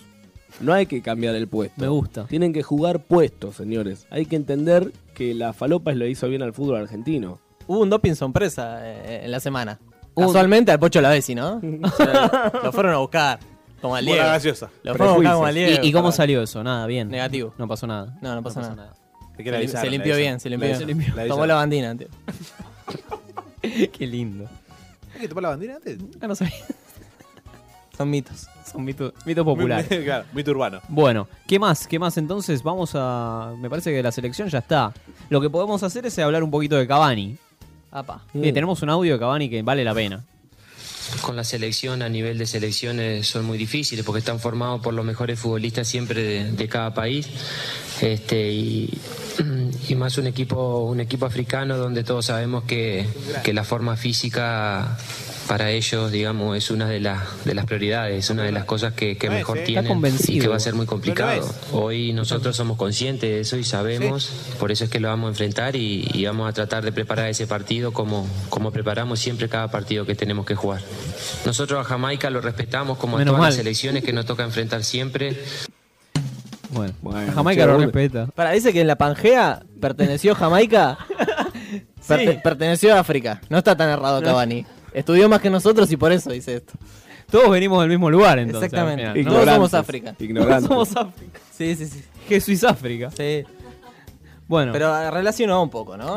[SPEAKER 9] No hay que cambiar el puesto.
[SPEAKER 8] Me gusta.
[SPEAKER 9] Tienen que jugar puestos, señores. Hay que entender que la falopa lo hizo bien al fútbol argentino.
[SPEAKER 10] Hubo un doping sorpresa eh, en la semana. Casualmente al Pocho Lavesi, ¿no? O sea, lo fueron a buscar. Como al Diego. Lo fueron a buscar como al Diego.
[SPEAKER 8] ¿Y, y cómo
[SPEAKER 10] para-
[SPEAKER 8] salió eso? Nada, bien.
[SPEAKER 10] Negativo.
[SPEAKER 8] No pasó nada.
[SPEAKER 10] No, no pasa nada.
[SPEAKER 7] Te
[SPEAKER 10] Se,
[SPEAKER 7] quiero
[SPEAKER 10] lim-
[SPEAKER 7] avisar,
[SPEAKER 10] se
[SPEAKER 7] le
[SPEAKER 10] limpió
[SPEAKER 7] aviso.
[SPEAKER 10] bien, se limpió
[SPEAKER 7] Le
[SPEAKER 10] bien.
[SPEAKER 7] aviso. Le aviso.
[SPEAKER 10] Tomó la bandina, tío.
[SPEAKER 8] Qué lindo.
[SPEAKER 7] ¿Hay que tomar la bandera antes?
[SPEAKER 8] Ah, no sabía.
[SPEAKER 10] Son mitos.
[SPEAKER 8] Son mitos, mitos populares.
[SPEAKER 7] claro, mito urbano.
[SPEAKER 8] Bueno, ¿qué más? ¿Qué más? Entonces vamos a... Me parece que la selección ya está. Lo que podemos hacer es hablar un poquito de Cavani.
[SPEAKER 10] Apa.
[SPEAKER 8] Sí, tenemos un audio de Cavani que vale la pena.
[SPEAKER 4] con la selección a nivel de selecciones son muy difíciles porque están formados por los mejores futbolistas siempre de, de cada país este y, y más un equipo un equipo africano donde todos sabemos que, que la forma física para ellos digamos es una de las de las prioridades es una de las cosas que, que mejor
[SPEAKER 8] Está
[SPEAKER 4] tienen y que
[SPEAKER 8] convencido.
[SPEAKER 4] va a ser
[SPEAKER 7] eh?
[SPEAKER 4] muy complicado hoy nosotros somos conscientes de eso y sabemos por eso es que lo vamos a enfrentar y, y vamos a tratar de preparar ese partido como como preparamos siempre cada partido que tenemos que jugar nosotros a Jamaica lo respetamos como
[SPEAKER 8] Menos
[SPEAKER 4] a todas las
[SPEAKER 8] mal.
[SPEAKER 4] selecciones que nos toca enfrentar siempre.
[SPEAKER 8] Bueno, Jamaica lo respeta.
[SPEAKER 10] Para, dice que en la Pangea perteneció Jamaica. Perte- Perteneció a África. No está tan errado
[SPEAKER 8] No.
[SPEAKER 10] Cavani. Estudió más que nosotros y por eso dice esto.
[SPEAKER 8] Todos venimos del mismo lugar, entonces.
[SPEAKER 10] Exactamente.
[SPEAKER 8] al final, ¿no?
[SPEAKER 10] Todos somos África.
[SPEAKER 8] Ignorantes. Todos somos
[SPEAKER 10] África. Sí, sí, sí.
[SPEAKER 8] Jesús África.
[SPEAKER 10] Sí.
[SPEAKER 8] Bueno.
[SPEAKER 10] Pero eh, relacionó un poco, ¿no?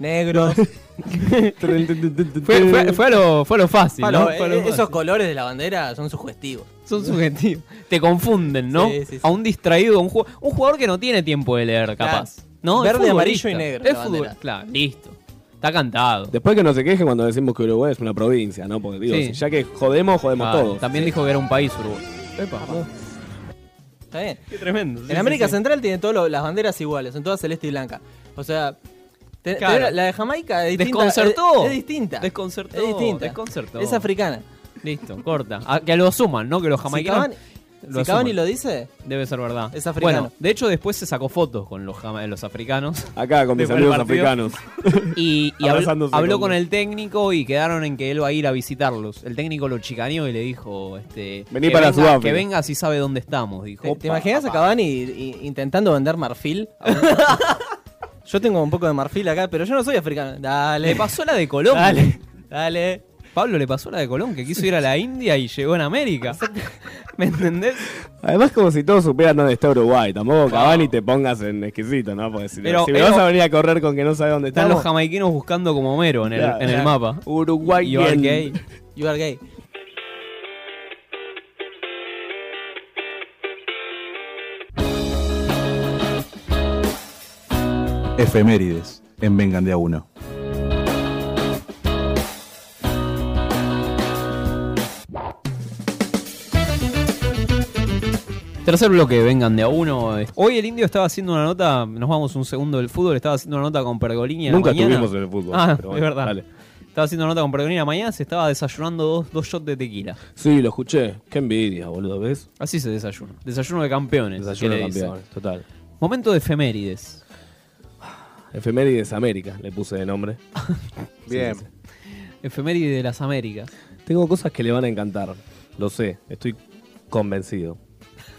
[SPEAKER 10] Negros.
[SPEAKER 8] Fue, fue- fue a lo, fue a lo fácil,
[SPEAKER 10] Palo,
[SPEAKER 8] ¿no?
[SPEAKER 10] eh,
[SPEAKER 8] Fue a lo fácil.
[SPEAKER 10] esos colores de la bandera son sugestivos.
[SPEAKER 8] Son subjetivos. Te confunden, ¿no?
[SPEAKER 10] Sí, sí, sí.
[SPEAKER 8] A un distraído, a un, ju- un jugador que no tiene tiempo de leer, capaz. ¿No? Es
[SPEAKER 10] Verde, amarillo y
[SPEAKER 8] futbolista.
[SPEAKER 10] negro,
[SPEAKER 8] Es
[SPEAKER 10] la
[SPEAKER 8] fútbol.
[SPEAKER 10] bandera.
[SPEAKER 8] Claro, listo. Está cantado.
[SPEAKER 9] Después que no se queje cuando decimos que Uruguay es una provincia, ¿no? Porque digo,
[SPEAKER 8] Sí. Ah,
[SPEAKER 9] si ya que jodemos, jodemos
[SPEAKER 8] Claro,
[SPEAKER 9] todos.
[SPEAKER 8] También dijo que era un país Uruguay.
[SPEAKER 10] Está bien.
[SPEAKER 8] Qué tremendo. sí,
[SPEAKER 10] en
[SPEAKER 8] sí,
[SPEAKER 10] América
[SPEAKER 8] sí.
[SPEAKER 10] Central tiene todas las banderas iguales, son todas celeste y blanca. O sea, te- te-
[SPEAKER 8] Claro.
[SPEAKER 10] la de Jamaica es distinta.
[SPEAKER 8] Desconcertó.
[SPEAKER 10] Es, es distinta.
[SPEAKER 8] Desconcertó.
[SPEAKER 10] Es distinta.
[SPEAKER 8] Desconcertó.
[SPEAKER 10] Es africana.
[SPEAKER 8] Listo, corta. A- que lo suman, ¿no? Que los jamaicanos.
[SPEAKER 10] Cavani- si Cavani lo dice,
[SPEAKER 8] Debe ser verdad.
[SPEAKER 10] Es africano.
[SPEAKER 8] Bueno, de hecho, después se sacó fotos con los, jama- los africanos.
[SPEAKER 9] Acá, con mis
[SPEAKER 8] Después del
[SPEAKER 9] amigos
[SPEAKER 8] partido.
[SPEAKER 9] africanos.
[SPEAKER 8] Y, y habló,
[SPEAKER 9] Abrazándose
[SPEAKER 8] habló
[SPEAKER 9] con-
[SPEAKER 8] con el técnico y quedaron en que él va a ir a visitarlos. El técnico lo chicaneó y le dijo: este,
[SPEAKER 9] Vení
[SPEAKER 8] que
[SPEAKER 9] para
[SPEAKER 8] venga-
[SPEAKER 9] Sudáfrica.
[SPEAKER 8] Que venga si sabe dónde estamos, dijo.
[SPEAKER 10] ¿Te, te imaginas a Cavani i- i- intentando vender marfil? a un- yo tengo un poco de marfil acá, pero yo no soy africano. Dale.
[SPEAKER 8] Le pasó la de Colón.
[SPEAKER 10] Dale. Dale.
[SPEAKER 8] Pablo le pasó la de Colón, que quiso ir a la India y llegó en América. ¿Me entendés?
[SPEAKER 9] Además, como si todos supieran dónde está Uruguay. Tampoco, Cavani, te pongas en exquisito, ¿no? Porque si,
[SPEAKER 8] Pero-
[SPEAKER 9] si me
[SPEAKER 8] pero-
[SPEAKER 9] vas a venir a correr con que no sabe dónde
[SPEAKER 8] Están los
[SPEAKER 9] estamos...
[SPEAKER 8] jamaiquinos buscando como Homero en el,
[SPEAKER 9] Claro,
[SPEAKER 8] en el
[SPEAKER 9] claro.
[SPEAKER 8] mapa.
[SPEAKER 9] Uruguay
[SPEAKER 8] You are
[SPEAKER 9] bien.
[SPEAKER 8] gay.
[SPEAKER 10] You are gay.
[SPEAKER 15] Efemérides en Vengan de a uno.
[SPEAKER 8] Tercer bloque, vengan de a uno. Hoy el indio estaba haciendo una nota, nos vamos un segundo del fútbol, estaba haciendo una nota con Pergolini. en la
[SPEAKER 9] Nunca
[SPEAKER 8] mañana.
[SPEAKER 9] tuvimos en el fútbol,
[SPEAKER 8] Ah,
[SPEAKER 9] pero
[SPEAKER 8] es
[SPEAKER 9] bueno,
[SPEAKER 8] verdad.
[SPEAKER 9] dale.
[SPEAKER 8] Estaba haciendo una nota con Pergolini en la mañana, se estaba desayunando dos, dos shots de tequila.
[SPEAKER 9] Sí, lo escuché. Qué envidia, boludo, ¿ves?
[SPEAKER 8] Así se desayuna. Desayuno de campeones.
[SPEAKER 9] Desayuno
[SPEAKER 8] ¿qué
[SPEAKER 9] de
[SPEAKER 8] le dicen?
[SPEAKER 9] campeones, total.
[SPEAKER 8] Momento de efemérides.
[SPEAKER 9] Efemérides América, le puse de nombre.
[SPEAKER 8] Bien. Efeméride de las Américas.
[SPEAKER 9] Tengo cosas que le van a encantar. Lo sé, estoy convencido.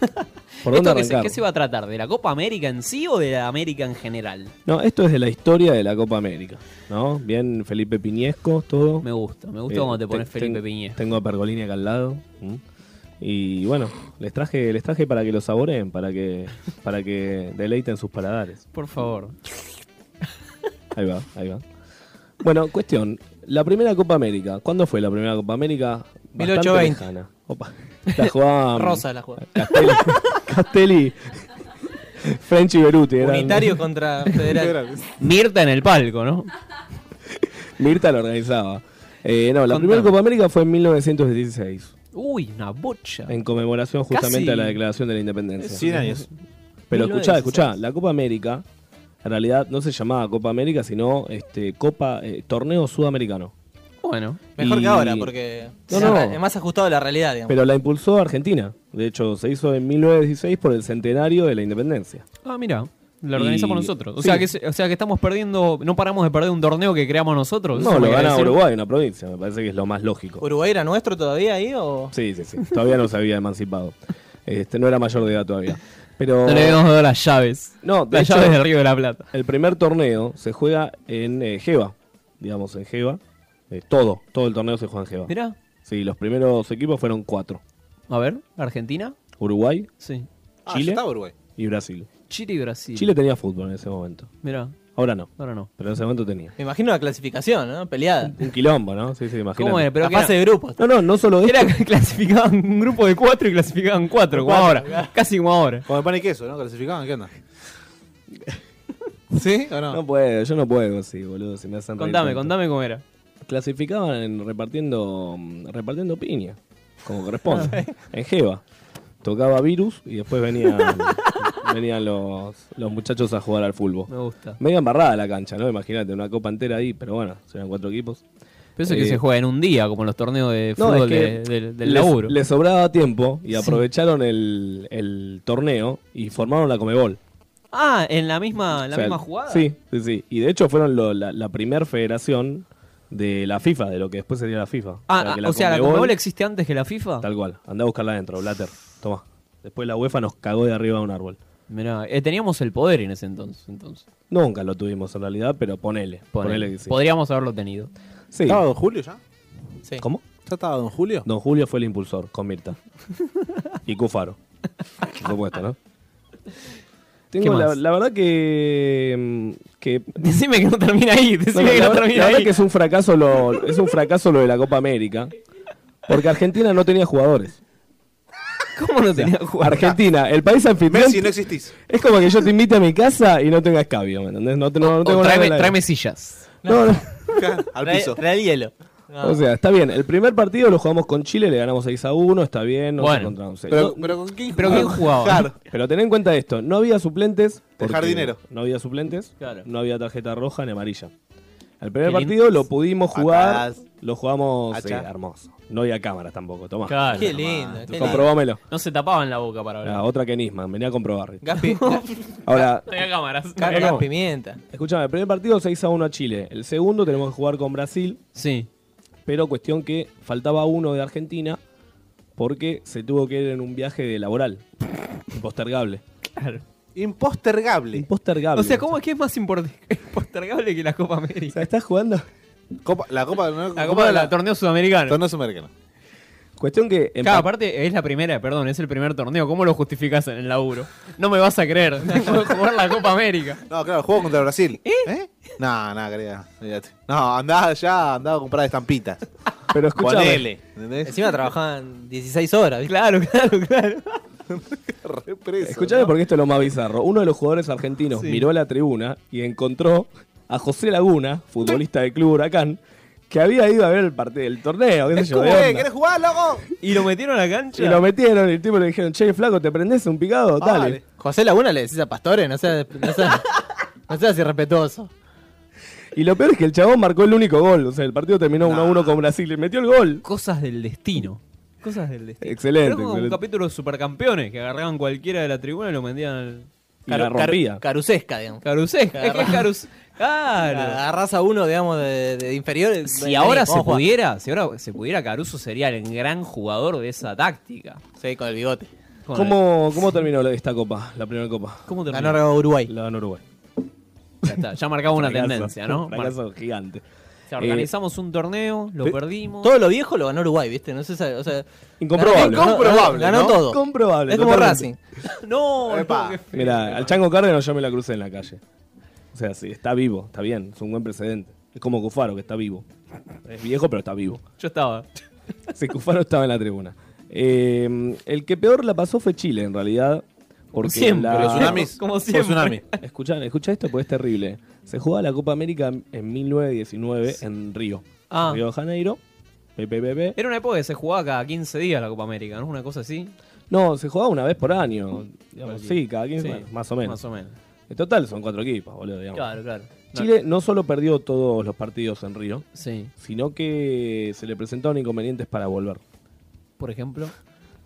[SPEAKER 9] ¿Por
[SPEAKER 8] ¿Esto
[SPEAKER 9] dónde
[SPEAKER 8] qué se,
[SPEAKER 9] arrancar?
[SPEAKER 8] qué se va a tratar? ¿De la Copa América en sí o de la América en general?
[SPEAKER 9] No, esto es de la historia de la Copa América, ¿no? Bien Felipe Piñesco, todo. Me
[SPEAKER 8] gusta, me gusta cómo te pones Felipe Piñesco.
[SPEAKER 9] Eh, Tengo a Pergolini acá al lado. ¿m? Y bueno, les traje, les traje para que lo saboren, para que, para que deleiten sus paladares.
[SPEAKER 8] Por favor.
[SPEAKER 9] Ahí va, ahí va. Bueno, cuestión. La primera Copa América. ¿Cuándo fue la primera Copa América? Bastante
[SPEAKER 10] 1820.
[SPEAKER 9] lejana. Opa. La jugaba.
[SPEAKER 10] Rosa la jugaba.
[SPEAKER 9] Castelli. Castelli. French y Beruti. eran-
[SPEAKER 10] Unitario contra federal.
[SPEAKER 8] Mirta en el palco, ¿no?
[SPEAKER 9] Mirta lo organizaba. Eh, no, la primera Copa América fue en 1916.
[SPEAKER 8] Uy, una bocha.
[SPEAKER 9] En conmemoración justamente
[SPEAKER 8] Casi.
[SPEAKER 9] a la declaración de la independencia.
[SPEAKER 7] 100 años.
[SPEAKER 9] Pero escuchá,
[SPEAKER 7] 1916.
[SPEAKER 9] escuchá, la Copa América en realidad no se llamaba Copa América, sino este Copa eh, Torneo Sudamericano.
[SPEAKER 8] Bueno,
[SPEAKER 10] Mejor
[SPEAKER 9] Y-
[SPEAKER 10] que ahora, porque
[SPEAKER 9] No,
[SPEAKER 10] es
[SPEAKER 9] no.
[SPEAKER 10] re- es más ajustado a la realidad, digamos.
[SPEAKER 9] Pero la impulsó Argentina. De hecho, se hizo en 1916 por el centenario de la independencia.
[SPEAKER 8] Ah, mira. Lo organizamos
[SPEAKER 9] Y-
[SPEAKER 8] nosotros. O,
[SPEAKER 9] sí.
[SPEAKER 8] sea que, se- o sea que estamos perdiendo, no paramos de perder un torneo que creamos nosotros.
[SPEAKER 9] No,
[SPEAKER 8] ¿Eso me
[SPEAKER 9] lo
[SPEAKER 8] querés
[SPEAKER 9] gana
[SPEAKER 8] decir?
[SPEAKER 9] Uruguay, una provincia. Me parece que es lo más lógico.
[SPEAKER 10] ¿Uruguay era nuestro todavía ahí o...?
[SPEAKER 9] Sí, sí, sí. Todavía no se había emancipado. Este, no era mayor de edad todavía. Pero...
[SPEAKER 8] No le habíamos dado las llaves.
[SPEAKER 9] No, de
[SPEAKER 8] las
[SPEAKER 9] hecho,
[SPEAKER 8] llaves del Río de la Plata.
[SPEAKER 9] El primer torneo se juega en eh, Jeva, digamos, en Jeva. Eh, todo, todo el torneo se juega en Jeva.
[SPEAKER 8] Mirá.
[SPEAKER 9] Sí, los primeros equipos fueron cuatro.
[SPEAKER 8] A ver, Argentina.
[SPEAKER 9] Uruguay,
[SPEAKER 8] Sí.
[SPEAKER 7] Ah,
[SPEAKER 9] Chile
[SPEAKER 7] ya estaba Uruguay.
[SPEAKER 9] y Brasil.
[SPEAKER 8] Chile y Brasil.
[SPEAKER 9] Chile tenía fútbol en ese momento.
[SPEAKER 8] Mirá.
[SPEAKER 9] Ahora no.
[SPEAKER 8] Ahora no.
[SPEAKER 9] Pero en ese momento tenía.
[SPEAKER 10] Me imagino la clasificación, ¿no? Peleada.
[SPEAKER 9] Un quilombo, ¿no? Sí, sí, imagínate.
[SPEAKER 10] ¿Cómo era? Pero La que fase era- de grupos.
[SPEAKER 9] No, no, no solo
[SPEAKER 8] Era que clasificaban un grupo de cuatro y clasificaban cuatro, como
[SPEAKER 7] Cuatro,
[SPEAKER 8] ahora. Casi como ahora.
[SPEAKER 7] Como el pan y queso, ¿no? Clasificaban, ¿qué onda?
[SPEAKER 9] ¿Sí o no? No puedo, yo no puedo, sí, boludo. Si me hacen reír
[SPEAKER 8] Contame,
[SPEAKER 9] tanto.
[SPEAKER 8] contame cómo era.
[SPEAKER 9] Clasificaban repartiendo, repartiendo piña, como
[SPEAKER 8] Ah,
[SPEAKER 9] corresponde, en Jeva. Tocaba virus y después venían, venían los, los muchachos a jugar al fútbol.
[SPEAKER 8] Me gusta.
[SPEAKER 9] Medio embarrada la cancha, ¿no? Imagínate, una copa entera ahí, pero bueno, serán cuatro equipos.
[SPEAKER 8] Pero eso es que
[SPEAKER 9] Eh,
[SPEAKER 8] se juega en un día, como los torneos de
[SPEAKER 9] no,
[SPEAKER 8] fútbol
[SPEAKER 9] es que
[SPEAKER 8] de- del- del
[SPEAKER 9] les-
[SPEAKER 8] laburo.
[SPEAKER 9] Les sobraba tiempo y
[SPEAKER 8] Sí.
[SPEAKER 9] aprovecharon el, el torneo y formaron la Comebol.
[SPEAKER 8] Ah, en la misma, en la
[SPEAKER 9] O sea,
[SPEAKER 8] misma jugada.
[SPEAKER 9] Sí, sí, sí. Y de hecho fueron lo- la, la primer federación de la FIFA, de lo que después sería la FIFA.
[SPEAKER 8] Ah,
[SPEAKER 9] que
[SPEAKER 8] ah, o sea, ¿la
[SPEAKER 9] Conmebol-
[SPEAKER 8] Conmebol existe antes que la FIFA?
[SPEAKER 9] Tal cual. Andá a buscarla adentro, Blatter. Toma. Después la UEFA nos cagó de arriba de un árbol.
[SPEAKER 8] Mirá, eh, teníamos el poder en ese entonces. entonces.
[SPEAKER 9] Nunca lo tuvimos en realidad, pero ponele. Ponele,
[SPEAKER 8] Ponele.
[SPEAKER 9] que sí.
[SPEAKER 8] Podríamos haberlo tenido.
[SPEAKER 9] Sí.
[SPEAKER 7] ¿Estaba Don Julio ya?
[SPEAKER 9] ¿Cómo?
[SPEAKER 7] ¿Ya estaba Don Julio?
[SPEAKER 9] Don Julio fue el impulsor, con Mirta. y Cufaro. Por supuesto, ¿no? Tengo la,
[SPEAKER 8] más?
[SPEAKER 9] la verdad que, mm, que.
[SPEAKER 8] Decime que no termina ahí, decime que
[SPEAKER 9] la
[SPEAKER 8] no
[SPEAKER 9] verdad-
[SPEAKER 8] termina
[SPEAKER 9] la verdad
[SPEAKER 8] ahí.
[SPEAKER 9] que es un fracaso lo, es un fracaso lo de la Copa América. Porque Argentina no tenía jugadores.
[SPEAKER 8] ¿Cómo no tenía jugadores?
[SPEAKER 9] Argentina, el país anfitrión.
[SPEAKER 7] Messi, no existís.
[SPEAKER 9] Es como que yo te invite a mi casa y no tengas cabio, ¿me entendés? No, te- no- no
[SPEAKER 8] O
[SPEAKER 9] tengo nada
[SPEAKER 8] tráeme,
[SPEAKER 9] en la-
[SPEAKER 8] tráeme sillas.
[SPEAKER 9] No, no.
[SPEAKER 7] Al
[SPEAKER 10] Trae-
[SPEAKER 7] piso.
[SPEAKER 10] Trae el hielo. No.
[SPEAKER 9] O sea, está bien. El primer partido lo jugamos con Chile, le ganamos 6 a 1, está bien, nos
[SPEAKER 8] Bueno.
[SPEAKER 9] encontramos.
[SPEAKER 7] Pero,
[SPEAKER 9] No-
[SPEAKER 7] pero ¿con quién
[SPEAKER 8] Pero ¿quién jugaba?
[SPEAKER 7] Claro.
[SPEAKER 9] pero ten en cuenta esto, no había suplentes. porque
[SPEAKER 7] jardinero.
[SPEAKER 9] No había suplentes, no había tarjeta roja ni amarilla. El
[SPEAKER 8] Qué
[SPEAKER 9] primer
[SPEAKER 8] lindo.
[SPEAKER 9] partido lo pudimos jugar,
[SPEAKER 8] Patadas.
[SPEAKER 9] lo jugamos sí,
[SPEAKER 8] Hacha.
[SPEAKER 9] hermoso. No había cámaras tampoco, tomá.
[SPEAKER 8] Claro.
[SPEAKER 10] Qué lindo, qué
[SPEAKER 9] Comprobámelo.
[SPEAKER 8] No se tapaban la boca para hablar.
[SPEAKER 9] Ah, otra que Nisman, venía a comprobar.
[SPEAKER 10] Gaspi.
[SPEAKER 9] Ahora,
[SPEAKER 8] No había cámaras.
[SPEAKER 10] Carga
[SPEAKER 9] Vamos.
[SPEAKER 10] pimienta.
[SPEAKER 9] Escuchame, el primer partido 6 a 1 a Chile. El segundo tenemos que jugar con Brasil.
[SPEAKER 8] Sí.
[SPEAKER 9] Pero cuestión que faltaba uno de Argentina porque se tuvo que ir en un viaje de laboral. Impostergable.
[SPEAKER 8] Claro.
[SPEAKER 7] Impostergable.
[SPEAKER 9] Impostergable.
[SPEAKER 8] O sea, ¿cómo es que es más importante postergable que la Copa América?
[SPEAKER 9] estás jugando.
[SPEAKER 7] Copa, la Copa, no,
[SPEAKER 8] La Copa de la Torneo Sudamericano.
[SPEAKER 7] Torneo Sudamericano.
[SPEAKER 9] Cuestión que.
[SPEAKER 8] Claro, aparte es la primera, perdón, es el primer torneo. ¿Cómo lo justificas en el laburo? No me vas a creer. Tengo que jugar la Copa América.
[SPEAKER 7] No, claro, juego contra Brasil. ¿Eh? No, no, querida. olvídate. No, andá allá, andá a comprar estampitas.
[SPEAKER 9] Pero
[SPEAKER 10] escúchame.
[SPEAKER 7] Ponele. ¿entendés?
[SPEAKER 10] Encima trabajaban 16 horas. Claro, claro, claro.
[SPEAKER 9] Escuchame porque esto es lo más bizarro. Uno de los jugadores argentinos
[SPEAKER 10] Sí.
[SPEAKER 9] miró a la tribuna y encontró a José Laguna, futbolista del Club Huracán, que había ido a ver el partido, el torneo. qué sé yo,
[SPEAKER 8] eh,
[SPEAKER 9] de onda.
[SPEAKER 7] "Eh, jugar, loco?
[SPEAKER 8] Y lo metieron a la cancha.
[SPEAKER 9] Y lo metieron, y el tipo le dijeron, che, flaco, ¿te prendés un picado?
[SPEAKER 10] Vale.
[SPEAKER 9] Dale.
[SPEAKER 10] José Laguna le decís a Pastore, no seas, no seas- no seas irrespetuoso.
[SPEAKER 9] Y lo peor es que el chabón marcó el único gol. O sea, el partido terminó 1 1 con Brasil. Y metió el gol.
[SPEAKER 8] Cosas del destino. Cosas del destino.
[SPEAKER 9] Excelente,
[SPEAKER 8] Pero como un
[SPEAKER 9] excelente.
[SPEAKER 8] capítulo de supercampeones que agarraban cualquiera de la tribuna y lo vendían al.
[SPEAKER 9] Y la rompía.
[SPEAKER 10] Carusesca, digamos.
[SPEAKER 8] Carusesca, es que es carus. Claro.
[SPEAKER 10] Agarrás a uno, digamos, de, de inferiores.
[SPEAKER 8] Si
[SPEAKER 10] vení,
[SPEAKER 8] ahora
[SPEAKER 10] vamos
[SPEAKER 8] se
[SPEAKER 10] a jugar.
[SPEAKER 8] pudiera, si ahora se pudiera, Caruso sería el gran jugador de esa táctica.
[SPEAKER 10] Sí, con el bigote.
[SPEAKER 9] ¿Cómo, ¿Cómo terminó la- esta copa, la primera copa?
[SPEAKER 8] ¿Cómo terminó?
[SPEAKER 10] Ganó Uruguay.
[SPEAKER 9] La ganó Uruguay.
[SPEAKER 8] Ya, está, ya marcaba una
[SPEAKER 9] Fracaso,
[SPEAKER 8] tendencia, ¿no? eh,
[SPEAKER 9] fracaso gigante.
[SPEAKER 8] O sea, organizamos un torneo, lo
[SPEAKER 9] pe-
[SPEAKER 8] perdimos.
[SPEAKER 10] Todo lo viejo lo ganó Uruguay, ¿viste? No sé, si- o sea,
[SPEAKER 9] Incomprobable.
[SPEAKER 10] Ganó,
[SPEAKER 9] Incomprobable,
[SPEAKER 10] ganó
[SPEAKER 9] ¿no?
[SPEAKER 10] todo.
[SPEAKER 9] Incomprobable,
[SPEAKER 10] Es como
[SPEAKER 9] totalmente.
[SPEAKER 8] Racing. no, no, qué-
[SPEAKER 9] Mira, al Chango Cárdenas yo me la crucé en la calle. O sea, sí, está vivo, está bien, es un buen precedente. Es como Cufaro, que está vivo. Es viejo, pero está vivo.
[SPEAKER 8] yo estaba.
[SPEAKER 9] Sí, Cufaro estaba en la tribuna. Eh, el que peor la pasó fue Chile, en realidad. Porque
[SPEAKER 8] siempre,
[SPEAKER 9] la-
[SPEAKER 8] los tsunamis. Como Fue siempre. tsunami.
[SPEAKER 9] Escuchá, escuchá esto porque es terrible. Se jugaba la Copa América en 1919 en Río.
[SPEAKER 8] Ah. Eh.
[SPEAKER 9] Río de Janeiro. Pe, pe, pe, pe.
[SPEAKER 8] Era una época que se jugaba cada 15 días la Copa América, ¿no? Una cosa así.
[SPEAKER 9] No, se jugaba una vez por año. digamos,
[SPEAKER 8] Tranquilo.
[SPEAKER 9] sí, cada quien,
[SPEAKER 8] Sí,
[SPEAKER 9] bueno, más o menos.
[SPEAKER 8] más o menos.
[SPEAKER 9] En total son cuatro equipos, boludo. digamos.
[SPEAKER 8] Claro, claro.
[SPEAKER 9] Chile no solo perdió todos los partidos en Río,
[SPEAKER 8] Sí.
[SPEAKER 9] sino que se le presentaron inconvenientes para volver.
[SPEAKER 8] Por ejemplo.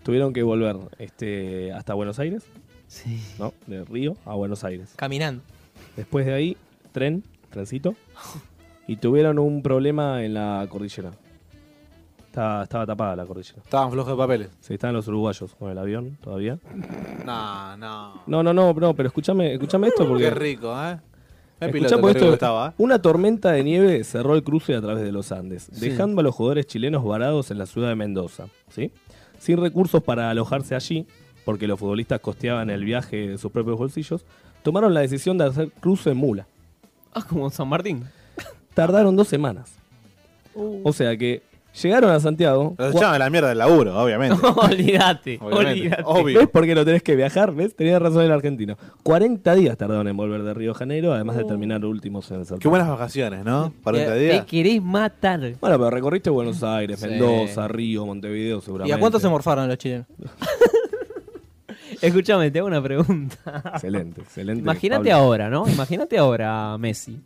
[SPEAKER 9] Tuvieron que volver este, hasta Buenos Aires. Sí. ¿No? De Río a Buenos Aires.
[SPEAKER 10] Caminando.
[SPEAKER 9] Después de ahí, tren, trencito. Y tuvieron un problema en la cordillera. Estaba, estaba tapada la cordillera.
[SPEAKER 7] Estaban flojos de papeles.
[SPEAKER 9] Sí, estaban los uruguayos con el avión todavía.
[SPEAKER 7] No, no.
[SPEAKER 9] No, no, no, no, pero escúchame, escúchame esto porque.
[SPEAKER 7] Qué rico, ¿eh? El
[SPEAKER 9] Escuchá
[SPEAKER 7] piloto
[SPEAKER 9] por
[SPEAKER 7] qué rico
[SPEAKER 9] esto,
[SPEAKER 7] que estaba, ¿eh?
[SPEAKER 9] una tormenta de nieve cerró el cruce a través de los Andes,
[SPEAKER 7] Sí.
[SPEAKER 9] dejando a los jugadores chilenos varados en la ciudad de Mendoza, ¿sí? sin recursos para alojarse allí, porque los futbolistas costeaban el viaje de sus propios bolsillos, tomaron la decisión de hacer cruce en mula.
[SPEAKER 8] Ah, como San Martín.
[SPEAKER 9] Tardaron dos semanas. O sea que llegaron a Santiago.
[SPEAKER 7] Los
[SPEAKER 9] cua-
[SPEAKER 7] echaban a la mierda del laburo, obviamente.
[SPEAKER 8] Olvídate,
[SPEAKER 7] Obviamente,
[SPEAKER 8] olvídate.
[SPEAKER 7] obvio.
[SPEAKER 9] ¿Ves por qué no tenés que viajar? ¿Ves? Tenía razón el argentino. 40 días tardaron en volver de Río de Janeiro, además de terminar últimos en el certamen.
[SPEAKER 7] Qué buenas vacaciones,
[SPEAKER 9] Eh,
[SPEAKER 7] ¿no? 40
[SPEAKER 8] Te
[SPEAKER 7] días.
[SPEAKER 8] querés matar.
[SPEAKER 9] Bueno, pero recorriste Buenos Aires,
[SPEAKER 8] Mm. Sí.
[SPEAKER 9] Mendoza, Río, Montevideo,
[SPEAKER 10] ¿Y
[SPEAKER 9] seguramente.
[SPEAKER 10] a cuánto se morfaron los chilenos?
[SPEAKER 8] Escúchame, te hago una pregunta.
[SPEAKER 9] Excelente, excelente.
[SPEAKER 8] Imagínate
[SPEAKER 9] Pablo.
[SPEAKER 8] ahora, ¿no? Imagínate ahora a Messi.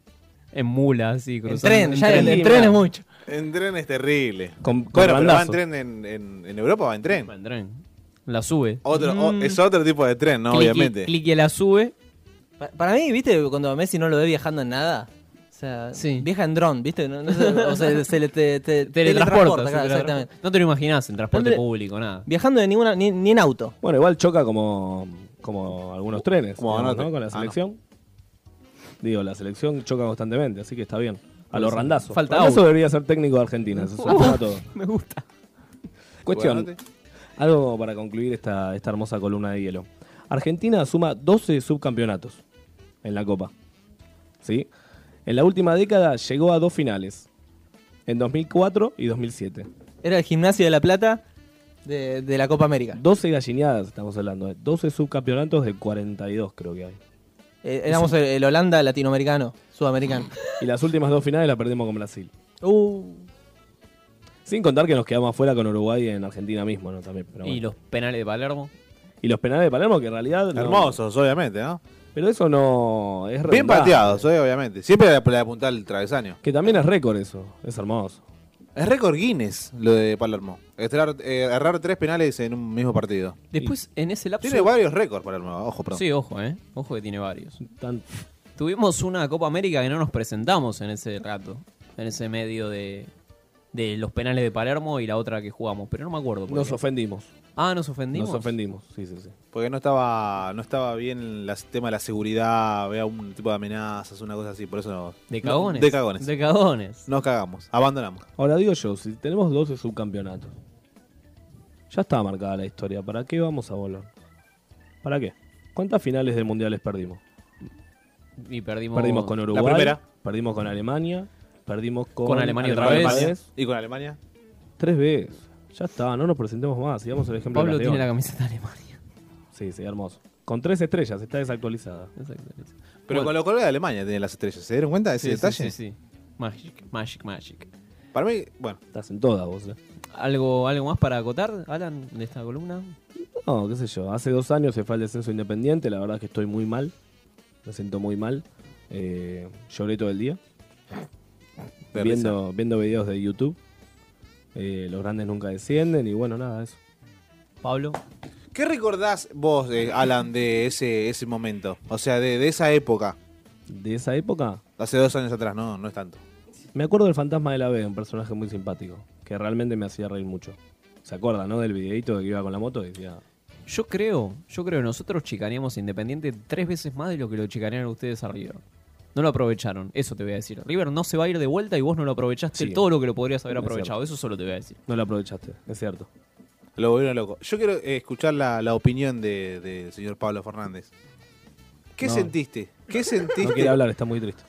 [SPEAKER 8] En mula, así, cruzando.
[SPEAKER 10] tren, ya en- en
[SPEAKER 8] Sí,
[SPEAKER 10] tren
[SPEAKER 8] mal.
[SPEAKER 10] es mucho.
[SPEAKER 7] En tren es terrible.
[SPEAKER 9] Con-
[SPEAKER 7] bueno,
[SPEAKER 9] con
[SPEAKER 7] pero va en
[SPEAKER 9] bandazo.
[SPEAKER 7] tren en, en- en Europa, va en tren.
[SPEAKER 8] en tren. La sube.
[SPEAKER 7] Otro, o-
[SPEAKER 8] Mm.
[SPEAKER 7] es otro tipo de tren, ¿no?
[SPEAKER 8] Cliqui-
[SPEAKER 7] Obviamente.
[SPEAKER 8] cliqui la sube.
[SPEAKER 10] Pa- Para mí, ¿viste? Cuando a Messi no lo ve viajando en nada. O sea, viaja en dron, ¿viste? No- no sé, o sea, se le te, te-
[SPEAKER 8] Teletransporta,
[SPEAKER 10] claro,
[SPEAKER 8] sí,
[SPEAKER 10] exactamente.
[SPEAKER 8] No te lo imaginás en transporte
[SPEAKER 10] No te-
[SPEAKER 8] público, nada.
[SPEAKER 10] Viajando en ninguna, ni, ni en auto.
[SPEAKER 9] Bueno, igual choca como, como algunos trenes,
[SPEAKER 7] Como
[SPEAKER 9] digamos,
[SPEAKER 7] anote.
[SPEAKER 9] ¿no? Con
[SPEAKER 7] Ah,
[SPEAKER 9] la
[SPEAKER 7] no.
[SPEAKER 9] selección. Digo, la selección choca constantemente, así que está bien. A
[SPEAKER 8] Puede
[SPEAKER 9] los
[SPEAKER 8] ser.
[SPEAKER 9] randazos.
[SPEAKER 8] Falta
[SPEAKER 9] Randazo
[SPEAKER 8] auto.
[SPEAKER 9] debería ser técnico de Argentina, se soluciona todo.
[SPEAKER 8] Me gusta.
[SPEAKER 9] Cuestión.
[SPEAKER 8] Bueno,
[SPEAKER 9] Algo para concluir esta, esta hermosa columna de hielo. Argentina suma 12 subcampeonatos en la Copa. ¿Sí? En la última década llegó a dos finales. En 2004 y 2007.
[SPEAKER 10] Era el gimnasio de La Plata de, de la Copa América.
[SPEAKER 9] 12 gallineadas estamos hablando. ¿eh? 12 subcampeonatos de 42 creo que hay.
[SPEAKER 10] Eh, éramos el, el Holanda latinoamericano, sudamericano.
[SPEAKER 9] Y las últimas dos finales las perdimos con Brasil.
[SPEAKER 10] Uh,
[SPEAKER 9] Sin contar que nos quedamos afuera con Uruguay en Argentina mismo, ¿no? También, pero
[SPEAKER 8] Y
[SPEAKER 9] bueno.
[SPEAKER 8] los penales de Palermo.
[SPEAKER 9] Y los penales de Palermo, que en realidad. no-
[SPEAKER 7] Hermosos, obviamente, ¿no?
[SPEAKER 9] Pero eso no. Es
[SPEAKER 7] Bien
[SPEAKER 9] redundante.
[SPEAKER 7] pateados, eh, obviamente. Siempre le le apuntar el travesaño.
[SPEAKER 9] Que también es récord eso. Es hermoso.
[SPEAKER 7] Es récord Guinness lo de Palermo. Errar, eh, errar tres penales en un mismo partido.
[SPEAKER 8] Después, en ese lapso.
[SPEAKER 7] Tiene varios récords Palermo, ojo, perdón.
[SPEAKER 8] Sí, ojo, ¿eh? Ojo que tiene varios.
[SPEAKER 9] Tan-
[SPEAKER 8] Tuvimos una Copa América que no nos presentamos en ese rato. En ese medio de, de los penales de Palermo y la otra que jugamos. Pero no me acuerdo. por
[SPEAKER 9] Nos
[SPEAKER 8] qué.
[SPEAKER 9] ofendimos.
[SPEAKER 8] Ah, nos ofendimos.
[SPEAKER 9] Nos ofendimos, sí, sí, sí.
[SPEAKER 7] Porque no estaba, no estaba bien las- el tema de la seguridad, había un tipo de amenazas, una cosa así, por eso no-
[SPEAKER 8] De
[SPEAKER 7] no-
[SPEAKER 8] cagones.
[SPEAKER 7] de cagones.
[SPEAKER 8] De cagones.
[SPEAKER 7] Nos cagamos, abandonamos.
[SPEAKER 9] Ahora digo yo, si tenemos 12 subcampeonatos, ya está marcada la historia. ¿Para qué vamos a volver? ¿Para qué? ¿Cuántas finales de mundiales perdimos?
[SPEAKER 8] Y perdimos.
[SPEAKER 9] Perdimos con Uruguay.
[SPEAKER 8] La primera.
[SPEAKER 9] Perdimos con Alemania. Perdimos con.
[SPEAKER 8] Con Alemania otra vez.
[SPEAKER 7] ¿Y con Alemania?
[SPEAKER 9] Tres veces. Ya está, no nos presentemos más. Sigamos el ejemplo
[SPEAKER 8] Pablo
[SPEAKER 9] de
[SPEAKER 8] tiene la
[SPEAKER 9] León.
[SPEAKER 8] camiseta de Alemania.
[SPEAKER 9] Sí, sí, hermoso. Con tres estrellas, está desactualizada.
[SPEAKER 7] Pero con los colores de Alemania tiene las estrellas, ¿se dieron cuenta de ese
[SPEAKER 8] Sí, sí,
[SPEAKER 7] detalle?
[SPEAKER 8] sí, sí. Magic, magic, magic.
[SPEAKER 7] Para mí, bueno.
[SPEAKER 9] Estás en todas vos. eh.
[SPEAKER 8] ¿Algo, ¿Algo más para acotar, Alan, de esta columna?
[SPEAKER 9] No, qué sé yo. Hace dos años se fue al descenso independiente. La verdad es que estoy muy mal. Me siento muy mal. Eh, lloré todo el día.
[SPEAKER 7] De
[SPEAKER 9] Viendo, viendo videos de YouTube. Eh, los grandes nunca descienden. Y bueno, nada, eso.
[SPEAKER 8] Pablo.
[SPEAKER 7] ¿Qué recordás vos, eh, Alan, de ese, ese momento? O sea, de, de esa época.
[SPEAKER 9] ¿De esa época?
[SPEAKER 7] Hace dos años atrás, no, no es tanto.
[SPEAKER 9] Me acuerdo del fantasma de la B, un personaje muy simpático. Que realmente me hacía reír mucho. ¿Se acuerda, no? Del videito de que iba con la moto y decía.
[SPEAKER 8] Yo creo, yo creo, nosotros chicaneamos a Independiente tres veces más de lo que lo chicanearon ustedes a River. No lo aprovecharon, eso te voy a decir. River no se va a ir de vuelta y vos no lo aprovechaste
[SPEAKER 9] Sí.
[SPEAKER 8] todo lo que lo podrías haber
[SPEAKER 9] Es
[SPEAKER 8] aprovechado.
[SPEAKER 9] cierto.
[SPEAKER 8] Eso solo te voy a decir.
[SPEAKER 9] No lo aprovechaste, es cierto.
[SPEAKER 7] Lo volvieron loco. Yo quiero eh, escuchar la, la opinión del de, del señor Pablo Fernández. ¿Qué
[SPEAKER 9] No.
[SPEAKER 7] sentiste? ¿Qué sentiste?
[SPEAKER 9] No quiere hablar, está muy triste.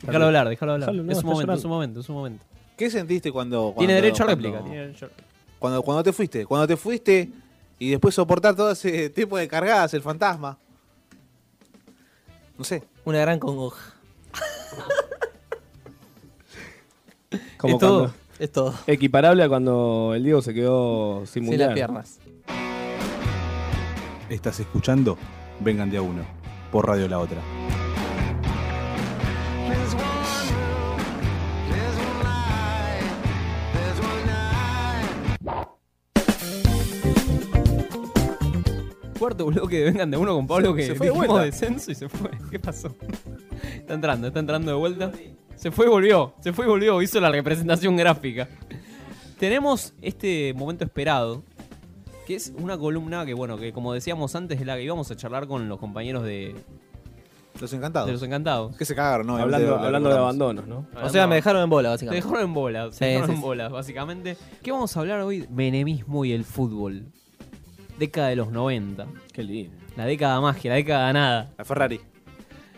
[SPEAKER 8] Déjalo hablar, déjalo hablar.
[SPEAKER 9] Déjalo, no,
[SPEAKER 8] es
[SPEAKER 9] está
[SPEAKER 8] un momento,
[SPEAKER 9] llorando.
[SPEAKER 8] es un momento, es un momento.
[SPEAKER 7] ¿Qué sentiste cuando, cuando-
[SPEAKER 8] Tiene derecho a
[SPEAKER 7] cuando-
[SPEAKER 8] réplica. tiene derecho a réplica.
[SPEAKER 7] Cuando, cuando te fuiste, cuando te fuiste y después soportar todo ese tipo de cargadas, el fantasma. No sé.
[SPEAKER 10] Una gran congoja.
[SPEAKER 9] Como
[SPEAKER 10] Es todo,
[SPEAKER 9] cuando-
[SPEAKER 10] es todo.
[SPEAKER 9] Equiparable a cuando el Diego se quedó sin mundial.
[SPEAKER 15] Estás escuchando Vengan de a uno por Radio La Otra.
[SPEAKER 8] Cuarto bloque de Vengan de Uno con Pablo
[SPEAKER 9] Se-
[SPEAKER 8] que
[SPEAKER 9] se fue de
[SPEAKER 8] dijimos
[SPEAKER 9] vuelta.
[SPEAKER 8] descenso y se fue. ¿Qué pasó? Está entrando, está entrando de vuelta. Se fue y volvió, se fue y volvió, hizo la representación gráfica. Tenemos este momento esperado, que es una columna que, bueno, que como decíamos antes, es la que íbamos a charlar con los compañeros de...
[SPEAKER 7] Los Encantados.
[SPEAKER 8] De Los Encantados.
[SPEAKER 7] Que se cagaron, ¿no?
[SPEAKER 9] Hablando- hablando de abandonos, ¿no?
[SPEAKER 10] O sea, me dejaron en bola, básicamente.
[SPEAKER 8] Me dejaron en bola,
[SPEAKER 10] Sí,
[SPEAKER 8] me dejaron
[SPEAKER 10] sí,
[SPEAKER 8] en
[SPEAKER 10] sí.
[SPEAKER 8] bola, básicamente. ¿Qué vamos a hablar hoy? Menemismo y el fútbol. Década de los 90.
[SPEAKER 9] Qué lindo.
[SPEAKER 8] La década magia, la década ganada.
[SPEAKER 7] La Ferrari.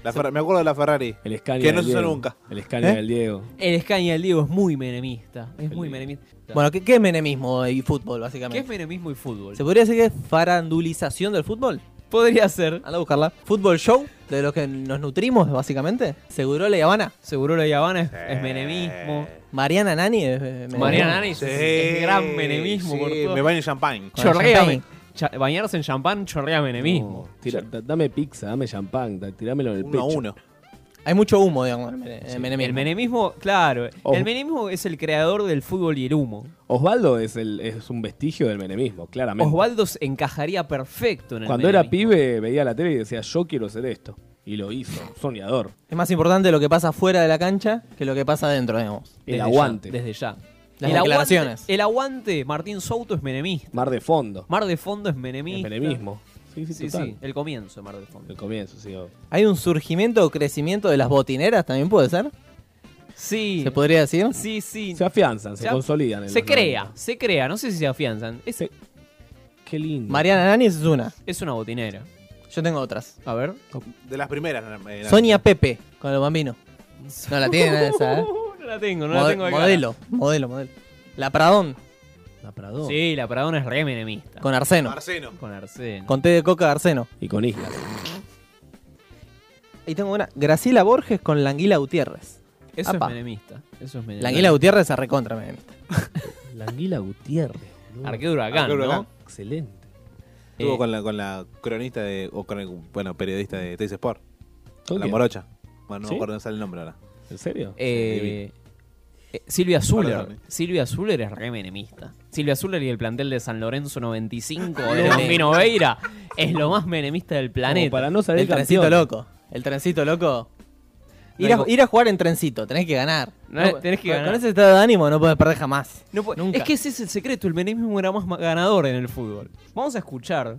[SPEAKER 7] La Ferra- me acuerdo de la Ferrari.
[SPEAKER 9] El Scania
[SPEAKER 7] Que no
[SPEAKER 9] del
[SPEAKER 7] se usó
[SPEAKER 9] Diego.
[SPEAKER 7] nunca.
[SPEAKER 9] El Scania
[SPEAKER 7] ¿Eh?
[SPEAKER 9] del Diego.
[SPEAKER 8] El Scania del Diego es muy menemista. Es muy menemista.
[SPEAKER 10] Bueno, ¿qué, qué es menemismo y fútbol,
[SPEAKER 8] ¿Qué es
[SPEAKER 10] básicamente?
[SPEAKER 8] menemismo y fútbol?
[SPEAKER 10] ¿Se podría decir que es farandulización del fútbol?
[SPEAKER 8] Podría ser.
[SPEAKER 9] Ah,
[SPEAKER 10] Anda a buscarla. ¿Fútbol show? ¿De lo que nos nutrimos, básicamente? ¿Seguro la Habana?
[SPEAKER 8] Seguro la Habana es, es menemismo.
[SPEAKER 10] ¿Mariana Nani? es- eh, es-
[SPEAKER 8] Mariana Nani es,
[SPEAKER 7] Sí,
[SPEAKER 8] es gran menemismo.
[SPEAKER 7] sí,
[SPEAKER 8] por todo.
[SPEAKER 7] me baño en champagne.
[SPEAKER 8] Chorrea.
[SPEAKER 10] Champagne.
[SPEAKER 8] me- cha- bañarse en champán chorrea menemismo.
[SPEAKER 9] No, tira- da- dame pizza, dame champán, da- tirámelo en el
[SPEAKER 8] Uno a
[SPEAKER 9] pecho.
[SPEAKER 8] uno.
[SPEAKER 10] Hay mucho humo, digamos, en el mene- en el menemismo.
[SPEAKER 8] El menemismo, claro.
[SPEAKER 9] Ojo.
[SPEAKER 8] El menemismo es el creador del fútbol y el humo.
[SPEAKER 9] Osvaldo es, el, es un vestigio del menemismo, claramente.
[SPEAKER 8] Osvaldo se encajaría perfecto en el
[SPEAKER 9] Cuando
[SPEAKER 8] menemismo.
[SPEAKER 9] era pibe veía la tele y decía, yo quiero hacer esto. Y lo hizo, soñador.
[SPEAKER 10] Es más importante lo que pasa fuera de la cancha que lo que pasa dentro, digamos.
[SPEAKER 9] El aguante.
[SPEAKER 8] desde ya.
[SPEAKER 10] Las
[SPEAKER 8] el
[SPEAKER 10] declaraciones.
[SPEAKER 8] Aguante, el aguante, Martín Souto es menemista.
[SPEAKER 9] Mar de fondo.
[SPEAKER 8] Mar de fondo es menemista.
[SPEAKER 9] El menemismo. Sí, sí,
[SPEAKER 8] Sí,
[SPEAKER 9] total.
[SPEAKER 8] sí, el comienzo de Mar de Fondo.
[SPEAKER 9] El comienzo, sí. o-
[SPEAKER 10] ¿Hay un surgimiento o crecimiento de las botineras también puede ser?
[SPEAKER 8] Sí.
[SPEAKER 10] ¿Se podría decir?
[SPEAKER 8] Sí, sí.
[SPEAKER 9] Se afianzan, se,
[SPEAKER 8] Se af-
[SPEAKER 9] consolidan. en
[SPEAKER 8] Se
[SPEAKER 9] los
[SPEAKER 8] crea,
[SPEAKER 9] noventas.
[SPEAKER 8] se crea. No sé si se afianzan. Es,
[SPEAKER 9] Qué lindo.
[SPEAKER 10] Mariana Nani es una.
[SPEAKER 8] es una botinera.
[SPEAKER 10] Yo tengo otras.
[SPEAKER 8] A ver.
[SPEAKER 7] De las primeras. eh, la-
[SPEAKER 10] Sonia Pepe, con el bambino. No la tiene nadie esa, ¿eh?
[SPEAKER 8] Uh, No la tengo, no la
[SPEAKER 10] Mode-
[SPEAKER 8] tengo acá.
[SPEAKER 10] Modelo, modelo, modelo. La Pradón,
[SPEAKER 9] La Pradón.
[SPEAKER 8] Sí, la Pradona es re menemista.
[SPEAKER 10] con Arseno.
[SPEAKER 7] Arseno.
[SPEAKER 8] Con Arseno.
[SPEAKER 10] Con té de coca de Arseno.
[SPEAKER 9] Y con Isla.
[SPEAKER 10] Y tengo una. Graciela Borges con Languila Gutiérrez.
[SPEAKER 8] Eso
[SPEAKER 10] Apa.
[SPEAKER 8] es menemista. Eso es menemista.
[SPEAKER 10] Languila Gutiérrez a recontra, me
[SPEAKER 9] La Anguila Gutiérrez. boludo.
[SPEAKER 8] Arquero Huracán,
[SPEAKER 7] Arquero
[SPEAKER 8] ¿no?
[SPEAKER 7] Huracán.
[SPEAKER 9] Excelente.
[SPEAKER 7] Estuvo
[SPEAKER 8] Eh.
[SPEAKER 7] con, la, con la cronista de, o con el, bueno, periodista de Teis Sport.
[SPEAKER 9] ¿Con
[SPEAKER 7] La
[SPEAKER 9] quién?
[SPEAKER 7] morocha. Bueno, no
[SPEAKER 9] ¿Sí?
[SPEAKER 7] me acuerdo, no sale el nombre ahora.
[SPEAKER 9] ¿En serio?
[SPEAKER 8] Eh, eh, Silvia Zuller.
[SPEAKER 7] Perdón,
[SPEAKER 8] Silvia Zuller es re menemista. Silvia Zuller y el plantel de San Lorenzo 95 de
[SPEAKER 10] No.
[SPEAKER 8] Bambino Veira es lo más menemista del planeta.
[SPEAKER 9] Como para no salir
[SPEAKER 10] El trencito
[SPEAKER 9] campeón.
[SPEAKER 10] loco. El trencito loco. Ir
[SPEAKER 8] No
[SPEAKER 10] a,
[SPEAKER 8] hay-
[SPEAKER 10] ir a jugar en trencito, tenés que ganar.
[SPEAKER 8] No, tenés que
[SPEAKER 10] con-
[SPEAKER 8] ganar.
[SPEAKER 10] Con ese estado de ánimo no podés perder jamás.
[SPEAKER 8] No puede-
[SPEAKER 10] Nunca.
[SPEAKER 8] Es que ese es el secreto, el menemismo era más ma- ganador en el fútbol. Vamos a escuchar.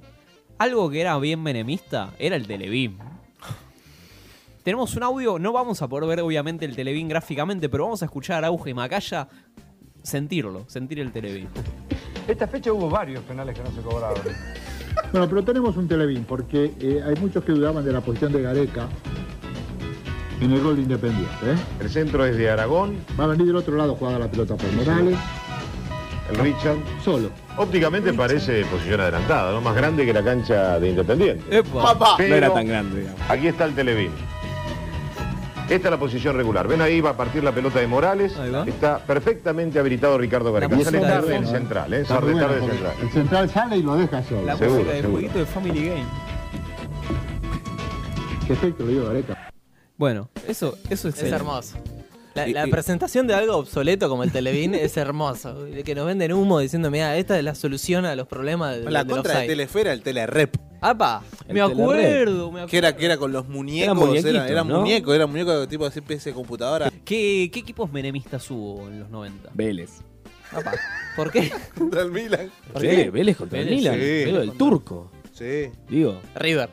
[SPEAKER 8] Algo que era bien menemista era el Televim. Tenemos un audio, no vamos a poder ver obviamente el Televim gráficamente, pero vamos a escuchar a Auge y Macaya sentirlo, sentir el Televim.
[SPEAKER 19] Esta fecha hubo varios penales que no se cobraron.
[SPEAKER 20] Bueno, pero tenemos un Televín, porque eh, hay muchos que dudaban de la posición de Gareca en el gol de Independiente. El centro es de Aragón. Va a venir del otro lado jugada la pelota por Morales. El Richard. Solo.
[SPEAKER 21] Ópticamente parece posición adelantada, ¿no? Más grande que la cancha de Independiente.
[SPEAKER 8] ¡Epa! Papá.
[SPEAKER 21] Pero
[SPEAKER 9] No era tan grande, digamos.
[SPEAKER 21] Aquí está el Televín. Esta es la posición regular. Ven ahí, va a partir la pelota de Morales. Está perfectamente habilitado Ricardo Gareca.
[SPEAKER 20] La
[SPEAKER 21] Sale
[SPEAKER 20] música
[SPEAKER 21] tarde
[SPEAKER 20] de
[SPEAKER 21] en
[SPEAKER 20] Juan, ¿no?
[SPEAKER 21] central, ¿eh?
[SPEAKER 20] Está
[SPEAKER 21] Sale
[SPEAKER 20] muy buena,
[SPEAKER 21] tarde en
[SPEAKER 20] porque
[SPEAKER 21] central.
[SPEAKER 20] El central sale y lo deja solo. La
[SPEAKER 21] Seguro,
[SPEAKER 20] música de
[SPEAKER 21] seguro.
[SPEAKER 4] Esto de Family Game.
[SPEAKER 20] Qué efecto le dio Gareca.
[SPEAKER 4] Bueno,
[SPEAKER 8] Eso, eso es,
[SPEAKER 4] Es
[SPEAKER 8] hermoso. La, la presentación de algo obsoleto como el Televín es hermoso. De Que nos venden humo diciendo, mira, esta es la solución a los problemas de
[SPEAKER 7] La contra de Telefera, el Telerep.
[SPEAKER 8] ¡Apa! Me
[SPEAKER 7] El
[SPEAKER 8] acuerdo,
[SPEAKER 7] Telerep.
[SPEAKER 8] me acuerdo.
[SPEAKER 7] Que era, que era con los muñecos,
[SPEAKER 4] muñequitos,
[SPEAKER 7] era, era
[SPEAKER 4] ¿no?
[SPEAKER 7] muñeco, era muñeco de tipo así, especie de computadora.
[SPEAKER 4] ¿Qué, qué equipos menemistas hubo en los 90?
[SPEAKER 9] Vélez.
[SPEAKER 8] Apa, ¿Por qué?
[SPEAKER 7] Contra el Milan.
[SPEAKER 9] ¿Por qué? Vélez, Vélez contra el Milan. Vélez, el turco.
[SPEAKER 7] Sí.
[SPEAKER 9] Digo.
[SPEAKER 8] River.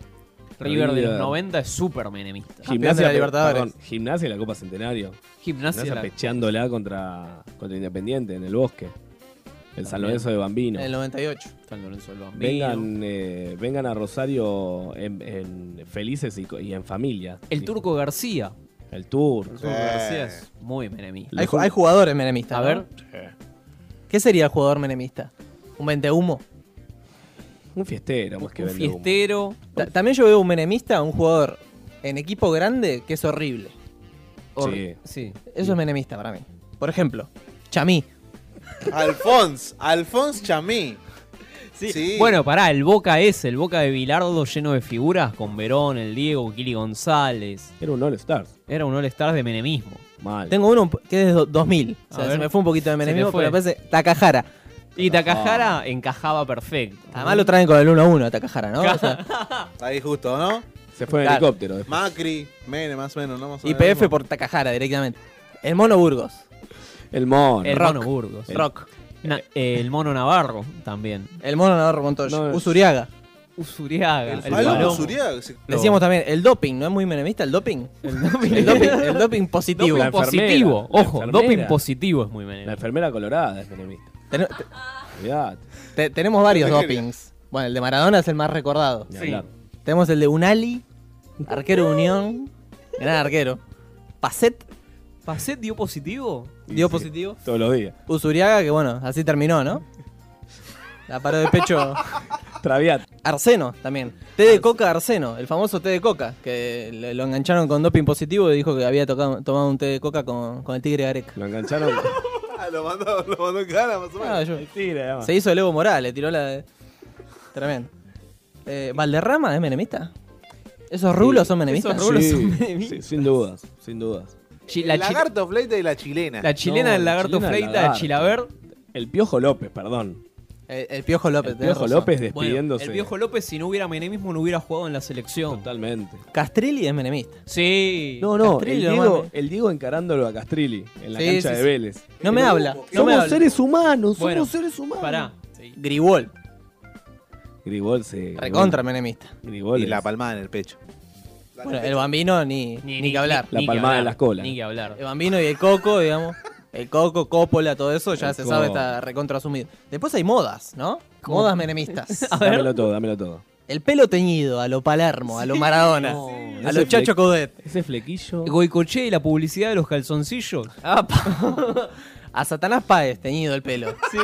[SPEAKER 4] River de los
[SPEAKER 9] River.
[SPEAKER 4] 90 es súper menemista.
[SPEAKER 8] Ah,
[SPEAKER 9] Gimnasia Libertadores. gimnasia y la Copa Centenario.
[SPEAKER 4] Gimnasia
[SPEAKER 9] Gimnasia
[SPEAKER 4] la-
[SPEAKER 9] pecheándola contra, contra Independiente en el bosque. El San Lorenzo de Bambino.
[SPEAKER 8] En el 98.
[SPEAKER 4] San Lorenzo del Bambino.
[SPEAKER 9] Vengan, eh, vengan a Rosario en, en felices y, co- y en familia.
[SPEAKER 4] El Turco García.
[SPEAKER 9] El Turco.
[SPEAKER 4] El Turco García es muy menemista.
[SPEAKER 8] Hay, ju- hay jugadores menemistas.
[SPEAKER 4] A
[SPEAKER 8] ¿no?
[SPEAKER 4] ver.
[SPEAKER 8] ¿Qué sería el jugador menemista? ¿Un vendehumo?
[SPEAKER 9] Un fiestero más que
[SPEAKER 8] Un
[SPEAKER 9] vendehumo.
[SPEAKER 8] fiestero. Ta- también yo veo un menemista, un jugador en equipo grande que es horrible. Horri- Eso es menemista para mí. Por ejemplo, Chamí.
[SPEAKER 7] Alphonse, Alphonse Chamí. Sí.
[SPEAKER 4] Bueno, pará, el Boca es, el Boca de Bilardo lleno de figuras con Verón, el Diego, Kili González.
[SPEAKER 9] Era un All-Stars.
[SPEAKER 4] Era un All-Stars de menemismo.
[SPEAKER 9] Mal.
[SPEAKER 8] Tengo uno que es de do- 2000. O
[SPEAKER 4] A
[SPEAKER 8] sea,
[SPEAKER 4] ver.
[SPEAKER 8] se me fue un poquito de
[SPEAKER 4] Se te
[SPEAKER 8] menemismo,
[SPEAKER 4] fue.
[SPEAKER 8] pero me parece Takahara. Ah.
[SPEAKER 4] Y Takahara Ah, encajaba perfecto.
[SPEAKER 8] Además lo traen con el 1-1 a Takahara, ¿no? O sea,
[SPEAKER 7] Ahí justo, ¿no?
[SPEAKER 9] Se fue
[SPEAKER 8] en Claro. helicóptero después.
[SPEAKER 7] Macri, Mene, más o menos, ¿no? Más o menos lo
[SPEAKER 8] YPF
[SPEAKER 7] mismo.
[SPEAKER 8] por Takahara directamente. El Mono Burgos.
[SPEAKER 9] El mono.
[SPEAKER 4] El
[SPEAKER 8] Rock.
[SPEAKER 4] mono Burgos.
[SPEAKER 8] Rock.
[SPEAKER 4] Na- eh, el mono Navarro también.
[SPEAKER 8] El Mono Navarro Montoya. Usuriaga.
[SPEAKER 4] Usuriaga.
[SPEAKER 7] El
[SPEAKER 4] el
[SPEAKER 7] Palomo
[SPEAKER 4] Palomo.
[SPEAKER 7] Usuriaga, sí.
[SPEAKER 8] Decíamos también, el doping, ¿no es muy menemista el doping? El doping, el doping, positivo.
[SPEAKER 9] La enfermera.
[SPEAKER 4] positivo.
[SPEAKER 9] La
[SPEAKER 4] Ojo,
[SPEAKER 9] enfermera.
[SPEAKER 4] doping positivo es muy menemista.
[SPEAKER 9] La enfermera colorada es menemista.
[SPEAKER 8] Ten-
[SPEAKER 9] Olvidate.
[SPEAKER 8] te- tenemos varios
[SPEAKER 9] Te quería.
[SPEAKER 8] dopings. Bueno, el de Maradona es el más recordado.
[SPEAKER 9] Ni hablar.
[SPEAKER 8] Tenemos el de Unali, arquero de Unión, gran arquero. Pacet
[SPEAKER 4] ¿Pacet dio positivo?
[SPEAKER 8] dio positivo.
[SPEAKER 9] Todos los días.
[SPEAKER 8] Usuriaga, que bueno, así terminó, ¿no? La paró de pecho.
[SPEAKER 9] Traviat.
[SPEAKER 8] Arseno también. Té de coca Arseno, el famoso té de coca, que le- lo engancharon con doping positivo y dijo que había tocado- tomado un té de coca con, con el tigre Gareca.
[SPEAKER 9] Lo engancharon.
[SPEAKER 7] Ah, lo mandó, lo mandó en cara, más o
[SPEAKER 8] Ah,
[SPEAKER 7] menos.
[SPEAKER 8] Se hizo el Evo Morales, tiró la de... Tremendo. Eh, ¿Valderrama es menemista? ¿Esos rulos son menemistas?
[SPEAKER 9] Sí, sí, sin dudas, sin dudas.
[SPEAKER 7] el lagarto fleita y la chilena.
[SPEAKER 4] La chilena del lagarto Fleita, el Chilaver.
[SPEAKER 9] El Piojo López, perdón.
[SPEAKER 8] El, Piojo López.
[SPEAKER 9] El Piojo López despidiéndose.
[SPEAKER 4] el Piojo López, si no hubiera menemismo, no hubiera jugado en la selección.
[SPEAKER 9] Totalmente.
[SPEAKER 8] Castrilli es menemista.
[SPEAKER 4] Sí.
[SPEAKER 9] No, no, el
[SPEAKER 4] Castrilli,
[SPEAKER 9] Diego,
[SPEAKER 4] hermano.
[SPEAKER 9] el Diego encarándolo a Castrilli en la
[SPEAKER 4] Sí,
[SPEAKER 9] cancha
[SPEAKER 4] sí,
[SPEAKER 9] de
[SPEAKER 4] sí.
[SPEAKER 9] Vélez.
[SPEAKER 8] No me
[SPEAKER 9] Pero
[SPEAKER 8] habla,
[SPEAKER 9] Somos
[SPEAKER 8] no me habla.
[SPEAKER 9] seres humanos,
[SPEAKER 8] Bueno,
[SPEAKER 9] somos seres humanos.
[SPEAKER 4] Pará.
[SPEAKER 8] Gribol.
[SPEAKER 9] Gribol se.
[SPEAKER 8] Recontra menemista.
[SPEAKER 7] Y la palmada en el pecho.
[SPEAKER 8] Bueno, el bambino ni, ni, que hablar.
[SPEAKER 9] La palmada en las colas.
[SPEAKER 4] Ni que hablar.
[SPEAKER 8] El bambino y el coco, digamos. El coco, Coppola, todo eso ya
[SPEAKER 9] El
[SPEAKER 8] se
[SPEAKER 9] coco.
[SPEAKER 8] sabe, está recontra asumido. Después hay modas, ¿no?
[SPEAKER 9] ¿Cómo?
[SPEAKER 8] Modas menemistas.
[SPEAKER 9] Dámelo todo, dámelo todo.
[SPEAKER 8] El pelo teñido a lo Palermo, a lo Maradona, a
[SPEAKER 9] Ese
[SPEAKER 8] lo Chacho
[SPEAKER 9] fle-
[SPEAKER 8] Codet.
[SPEAKER 9] Ese flequillo.
[SPEAKER 4] Goicoche y la publicidad de los calzoncillos.
[SPEAKER 8] Apa. A Satanás Páez teñido el pelo.
[SPEAKER 4] Sí.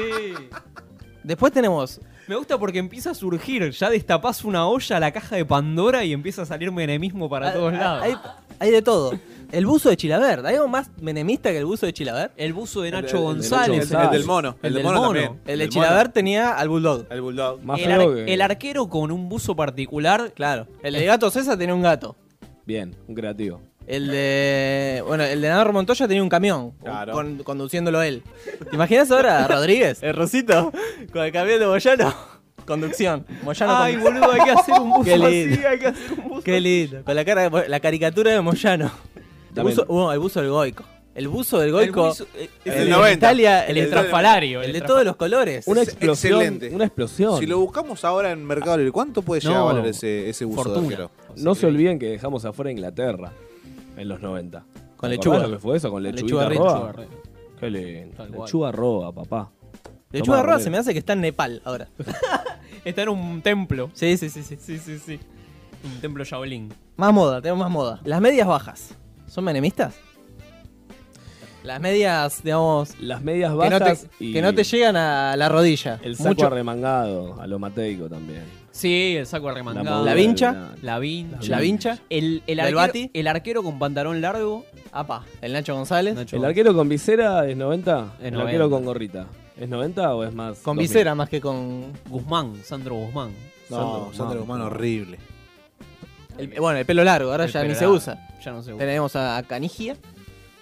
[SPEAKER 8] Después tenemos.
[SPEAKER 4] Me gusta porque empieza a surgir. Ya destapás una olla a la caja de Pandora y empieza a salir menemismo para
[SPEAKER 8] Ah,
[SPEAKER 4] todos
[SPEAKER 8] ah,
[SPEAKER 4] lados.
[SPEAKER 8] Hay, hay de todo. El buzo de Chilaver. ¿Hay algo más menemista que el buzo de Chilaver?
[SPEAKER 4] El buzo de Nacho
[SPEAKER 8] el- el-
[SPEAKER 4] González.
[SPEAKER 8] el de
[SPEAKER 9] Ah,
[SPEAKER 8] Nacho
[SPEAKER 7] El del mono, el del mono también.
[SPEAKER 8] El de
[SPEAKER 7] El mono.
[SPEAKER 8] Chilaver tenía al Bulldog.
[SPEAKER 7] El bulldog.
[SPEAKER 4] El, ar- el arquero con un buzo particular.
[SPEAKER 8] Claro. El de Gato César tenía un gato.
[SPEAKER 9] Bien, un creativo.
[SPEAKER 8] El de. Bueno, el de Navarro Montoya tenía un camión. con- conduciéndolo él. ¿Te imaginas ahora a Rodríguez? El Rosito. Con el camión de Moyano. Conducción. Moyano
[SPEAKER 4] Ay,
[SPEAKER 8] condu-
[SPEAKER 4] boludo, hay que hacer un buzo
[SPEAKER 8] Qué
[SPEAKER 4] así,
[SPEAKER 8] lindo.
[SPEAKER 4] hay que hacer un buzo.
[SPEAKER 8] Qué lindo. Con la cara de Mo- la caricatura de Moyano. El
[SPEAKER 9] También.
[SPEAKER 8] buzo, bueno, el buzo del Goico. El buzo del Goico.
[SPEAKER 4] buzo- eh,
[SPEAKER 8] el,
[SPEAKER 4] el
[SPEAKER 8] de
[SPEAKER 4] 90.
[SPEAKER 8] Italia, el,
[SPEAKER 4] El
[SPEAKER 8] de-
[SPEAKER 4] estrafalario,
[SPEAKER 8] El
[SPEAKER 4] el
[SPEAKER 8] de
[SPEAKER 4] estrafa-
[SPEAKER 8] todos los colores.
[SPEAKER 9] Una
[SPEAKER 7] Es
[SPEAKER 9] explosión.
[SPEAKER 7] excelente.
[SPEAKER 9] Una explosión.
[SPEAKER 7] Si lo buscamos ahora en Mercado Libre, ¿cuánto puede llegar
[SPEAKER 9] No.
[SPEAKER 7] a valer ese, ese buzo de arquero?
[SPEAKER 9] No se olviden que dejamos afuera a Inglaterra en los 90.
[SPEAKER 8] Con
[SPEAKER 9] ¿Te
[SPEAKER 8] lechuga.
[SPEAKER 9] acordás lo que fue eso? Con
[SPEAKER 8] Con
[SPEAKER 9] lechuga
[SPEAKER 8] lechuga
[SPEAKER 9] roa.
[SPEAKER 8] roa.
[SPEAKER 9] Qué lindo.
[SPEAKER 8] cual.
[SPEAKER 9] Lechuga roa, papá.
[SPEAKER 8] Lechuga
[SPEAKER 9] Tomá,
[SPEAKER 8] Roa
[SPEAKER 9] ponele.
[SPEAKER 8] se me hace que está en Nepal ahora.
[SPEAKER 4] Está en un templo.
[SPEAKER 8] Sí, sí, sí, sí.
[SPEAKER 4] Sí, sí, sí. Un templo Shaolin.
[SPEAKER 8] Más moda, tenemos más moda. Las medias bajas. ¿Son menemistas? Las medias, digamos.
[SPEAKER 9] Las medias
[SPEAKER 8] Que no te,
[SPEAKER 9] bajas y-
[SPEAKER 8] que no te llegan a la rodilla.
[SPEAKER 9] El saco
[SPEAKER 8] Mucho-
[SPEAKER 9] arremangado a lo mateico también.
[SPEAKER 8] Sí, el saco arremangado.
[SPEAKER 10] La vincha.
[SPEAKER 8] La vincha.
[SPEAKER 10] La vincha.
[SPEAKER 8] El, el
[SPEAKER 10] Del
[SPEAKER 8] arquero,
[SPEAKER 10] Bati.
[SPEAKER 8] el arquero con pantalón largo. Apa.
[SPEAKER 10] El Nacho González.
[SPEAKER 9] ¿El arquero con visera es 90? ¿El
[SPEAKER 8] 90.
[SPEAKER 9] arquero con gorrita es 90 o es más?
[SPEAKER 10] Con
[SPEAKER 9] 2000?
[SPEAKER 10] visera más que con.
[SPEAKER 8] Guzmán, Sandro Guzmán.
[SPEAKER 7] No, Sandro Guzmán horrible.
[SPEAKER 10] El- bueno, el pelo largo, ahora
[SPEAKER 8] El
[SPEAKER 10] ya ni
[SPEAKER 8] pelo
[SPEAKER 10] se
[SPEAKER 8] largo,
[SPEAKER 10] usa.
[SPEAKER 8] ya no se usa.
[SPEAKER 10] Tenemos a, a Canigia,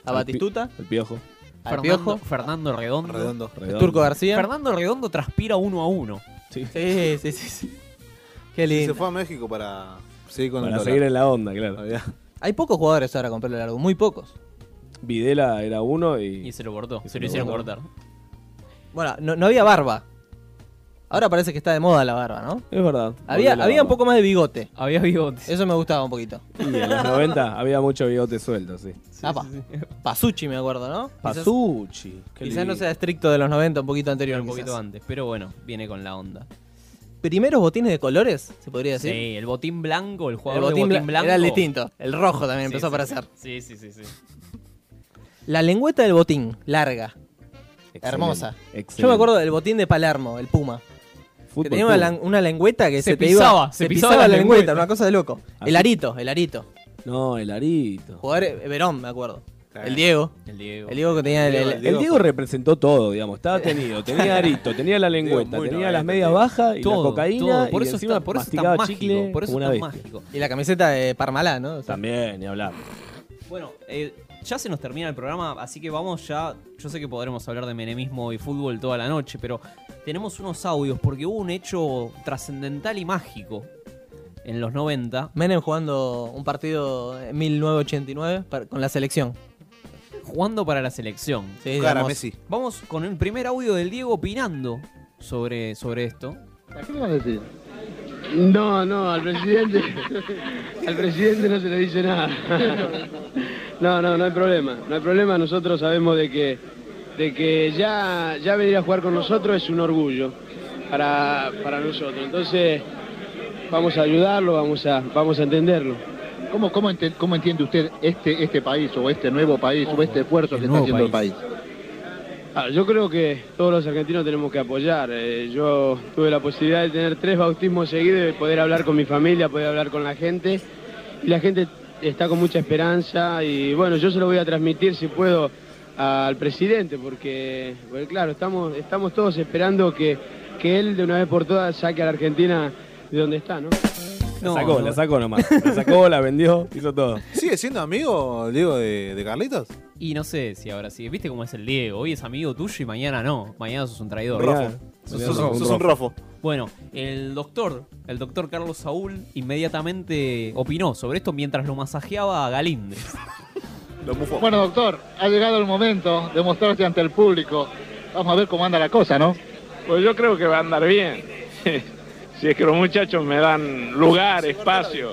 [SPEAKER 10] a
[SPEAKER 8] Al
[SPEAKER 10] Batistuta,
[SPEAKER 9] El piojo.
[SPEAKER 10] al
[SPEAKER 8] Fernando,
[SPEAKER 10] Piojo,
[SPEAKER 8] Fernando Redondo.
[SPEAKER 7] Redondo.
[SPEAKER 10] el Turco García.
[SPEAKER 8] Fernando Redondo transpira uno a uno.
[SPEAKER 9] Sí,
[SPEAKER 10] sí, sí. sí. Qué
[SPEAKER 7] Y
[SPEAKER 10] lindo.
[SPEAKER 7] Se fue a México para seguir con
[SPEAKER 9] Para
[SPEAKER 7] el
[SPEAKER 9] seguir
[SPEAKER 7] dólar.
[SPEAKER 9] en la onda, claro.
[SPEAKER 10] Hay pocos jugadores ahora con pelo largo, muy pocos.
[SPEAKER 9] Videla era uno y.
[SPEAKER 8] Y se lo cortó.
[SPEAKER 9] Y
[SPEAKER 8] Se lo hicieron cortar.
[SPEAKER 10] Bueno, no, no había barba. Ahora parece que está de moda la barba, ¿no?
[SPEAKER 9] Es verdad.
[SPEAKER 10] Había,
[SPEAKER 9] Volvió la
[SPEAKER 10] había un
[SPEAKER 9] barba.
[SPEAKER 10] poco más de bigote.
[SPEAKER 8] Había bigote.
[SPEAKER 10] Eso me gustaba un poquito.
[SPEAKER 9] Y en los 90 había mucho bigote suelto, sí.
[SPEAKER 10] Apa. Pasucci, me acuerdo, ¿no? Quizás-
[SPEAKER 9] Pasucci. qué
[SPEAKER 10] Quizás no
[SPEAKER 9] lindo.
[SPEAKER 10] sea estricto de los 90, un poquito anterior.
[SPEAKER 8] Un poquito
[SPEAKER 10] quizás.
[SPEAKER 8] antes, pero bueno, viene con la onda.
[SPEAKER 10] Primeros botines de colores, se podría decir.
[SPEAKER 8] Sí, eh, el botín blanco, el
[SPEAKER 10] El
[SPEAKER 8] jugador
[SPEAKER 10] botín,
[SPEAKER 8] de
[SPEAKER 10] bla-
[SPEAKER 8] botín blanco.
[SPEAKER 10] Era el distinto. El rojo también
[SPEAKER 8] Sí,
[SPEAKER 10] empezó a
[SPEAKER 8] sí,
[SPEAKER 10] aparecer.
[SPEAKER 8] Sí, sí, sí, sí.
[SPEAKER 10] La lengüeta del botín, larga. Hermosa.
[SPEAKER 9] excelente.
[SPEAKER 10] Yo me acuerdo del botín de Palermo, el Puma.
[SPEAKER 9] Fútbol,
[SPEAKER 10] que tenía una,
[SPEAKER 9] fútbol.
[SPEAKER 10] lan- una lengüeta que
[SPEAKER 8] Se
[SPEAKER 10] se, te
[SPEAKER 8] pisaba,
[SPEAKER 10] iba,
[SPEAKER 8] se pisaba la lengüeta.
[SPEAKER 10] una cosa de loco.
[SPEAKER 9] Así.
[SPEAKER 10] El arito, el arito.
[SPEAKER 9] No, el arito.
[SPEAKER 10] Jugador eh, Verón, me acuerdo. El Diego.
[SPEAKER 8] Ah, El Diego.
[SPEAKER 10] El Diego que tenía el, el-
[SPEAKER 9] El Diego representó todo, digamos. Estaba tenido, tenía arito, tenía la lengüeta,
[SPEAKER 8] muy
[SPEAKER 9] tenía
[SPEAKER 8] noventa,
[SPEAKER 9] las medias bajas y
[SPEAKER 8] Todo,
[SPEAKER 9] la cocaína.
[SPEAKER 8] todo. Por
[SPEAKER 9] y
[SPEAKER 8] eso
[SPEAKER 9] encima
[SPEAKER 8] está- por eso está
[SPEAKER 9] masticaba
[SPEAKER 8] mágico,
[SPEAKER 9] chicle
[SPEAKER 8] por eso
[SPEAKER 9] como una
[SPEAKER 8] está
[SPEAKER 9] bestia.
[SPEAKER 8] mágico.
[SPEAKER 10] y la camiseta de Parmalá, ¿no? O sea,
[SPEAKER 9] También, ni hablar.
[SPEAKER 8] Bueno, eh, ya se nos termina el programa, así que vamos ya. Yo sé que podremos hablar de menemismo y fútbol toda la noche, pero tenemos unos audios porque hubo un hecho trascendental y mágico en los 90.
[SPEAKER 10] Menem jugando un partido en 1989 par- con la selección.
[SPEAKER 8] jugando para la selección.
[SPEAKER 10] Sí, Cara, vamos. Messi.
[SPEAKER 8] Vamos con el primer audio del Diego opinando sobre, sobre esto.
[SPEAKER 22] ¿Qué le vas a decir? No, no, al presidente, al presidente no se le dice nada. No, no, no hay problema, no hay problema. Nosotros sabemos de que, de que ya, ya venir a jugar con nosotros es un orgullo para, para nosotros. Entonces vamos a ayudarlo, vamos a, vamos a entenderlo.
[SPEAKER 20] ¿Cómo, cómo, ente- cómo entiende usted este, este país o este nuevo país o este esfuerzo que está
[SPEAKER 22] nuevo
[SPEAKER 20] haciendo
[SPEAKER 22] país.
[SPEAKER 20] el país?
[SPEAKER 22] Ah, yo creo que todos los argentinos tenemos que apoyar. Eh, yo tuve la posibilidad de tener tres bautismos seguidos, de poder hablar con mi familia, poder hablar con la gente. Y la gente está con mucha esperanza y bueno, yo se lo voy a transmitir si puedo al presidente, porque, porque, claro, estamos, estamos todos esperando que, que él de una vez por todas saque a la Argentina de donde está, ¿no?
[SPEAKER 9] La sacó, la sacó nomás. La sacó, la vendió, hizo todo.
[SPEAKER 7] ¿Sigue siendo amigo Diego de, de Carlitos?
[SPEAKER 8] Y no sé si ahora sí. ¿Viste cómo es el Diego? Hoy es amigo tuyo y mañana no. Mañana sos un traidor.
[SPEAKER 7] Mañana- Rofo.
[SPEAKER 8] Sos,
[SPEAKER 7] mañana
[SPEAKER 8] sos-
[SPEAKER 7] sos un
[SPEAKER 8] sos un
[SPEAKER 7] rofo.
[SPEAKER 8] rofo. Bueno, el doctor, el doctor Carlos Saúl, inmediatamente opinó sobre esto mientras lo masajeaba a Galíndez. lo mufó.
[SPEAKER 20] Bueno, doctor, ha llegado el momento de mostrarse ante el público. Vamos a ver cómo anda la cosa, ¿no?
[SPEAKER 23] Pues yo creo que va a andar bien. si es que los muchachos me dan lugar, espacio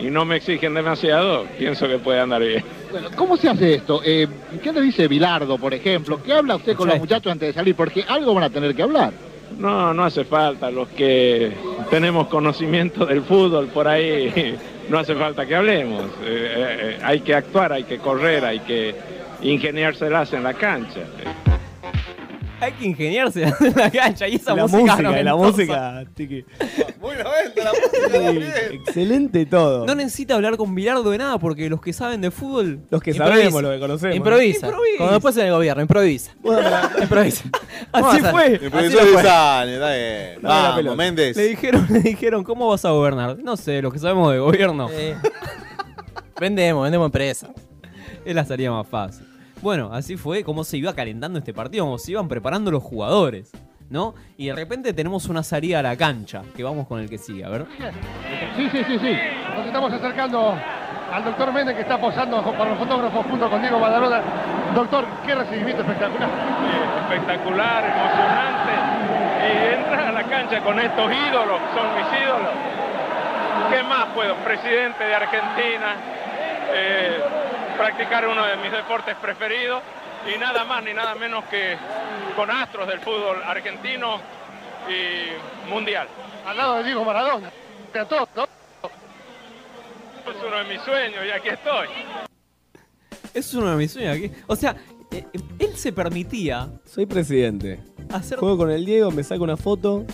[SPEAKER 23] y no me exigen demasiado, pienso que puede andar bien.
[SPEAKER 20] Bueno, ¿cómo se hace esto? Eh, ¿Qué le dice Bilardo, por ejemplo? ¿Qué habla usted con los muchachos antes de salir? Porque algo van a tener que hablar.
[SPEAKER 23] No, no hace falta. Los que tenemos conocimiento del fútbol por ahí, no hace falta que hablemos. Eh, eh, eh, hay que actuar, hay que correr, hay que ingeniárselas en la cancha.
[SPEAKER 8] Hay que ingeniarse en la cancha y esa
[SPEAKER 9] la
[SPEAKER 8] música.
[SPEAKER 9] música, la
[SPEAKER 8] noventosa.
[SPEAKER 9] música. Tiki. Sí, excelente todo.
[SPEAKER 8] No necesita hablar con Bilardo de nada porque los que saben de fútbol.
[SPEAKER 9] Los que
[SPEAKER 8] improvisa.
[SPEAKER 9] sabemos, los que conocemos.
[SPEAKER 10] Improvisa.
[SPEAKER 8] Improvisa.
[SPEAKER 10] Como después en el gobierno, improvisa. improvisa.
[SPEAKER 8] Así
[SPEAKER 10] Vamos a-
[SPEAKER 8] fue.
[SPEAKER 7] Improvisó
[SPEAKER 8] Así lo
[SPEAKER 7] de
[SPEAKER 8] fue.
[SPEAKER 7] Sane, dale.
[SPEAKER 8] Dame la
[SPEAKER 7] Vamos,
[SPEAKER 8] pelota.
[SPEAKER 7] Méndez.
[SPEAKER 8] Le dijeron, le dijeron, ¿cómo vas a gobernar? No sé, los que sabemos de gobierno.
[SPEAKER 10] Eh, vendemos, vendemos empresas.
[SPEAKER 8] Es la salida más fácil. Bueno, así fue como se iba calentando este partido, como se iban preparando los jugadores, ¿no? Y de repente tenemos una salida a la cancha, que vamos con el que sigue, a ver.
[SPEAKER 20] Sí, sí, sí, sí.
[SPEAKER 24] Nos estamos acercando al doctor Méndez que está posando para los fotógrafos junto con Diego Badalona. Doctor, qué recibimiento espectacular.
[SPEAKER 23] espectacular, emocionante. Y entras a la cancha con estos ídolos, son mis ídolos. ¿Qué más puedo? Presidente de Argentina, eh, practicar uno de mis deportes preferidos y nada más ni nada menos que con astros del fútbol argentino y mundial.
[SPEAKER 24] Al lado de Diego Maradona. De a todos, ¿no?
[SPEAKER 23] Es uno de mis sueños y aquí estoy.
[SPEAKER 8] Es uno de mis sueños aquí. O sea, eh, eh, él se permitía
[SPEAKER 9] Soy presidente.
[SPEAKER 8] hacer
[SPEAKER 9] Juego con el Diego, me saco una foto.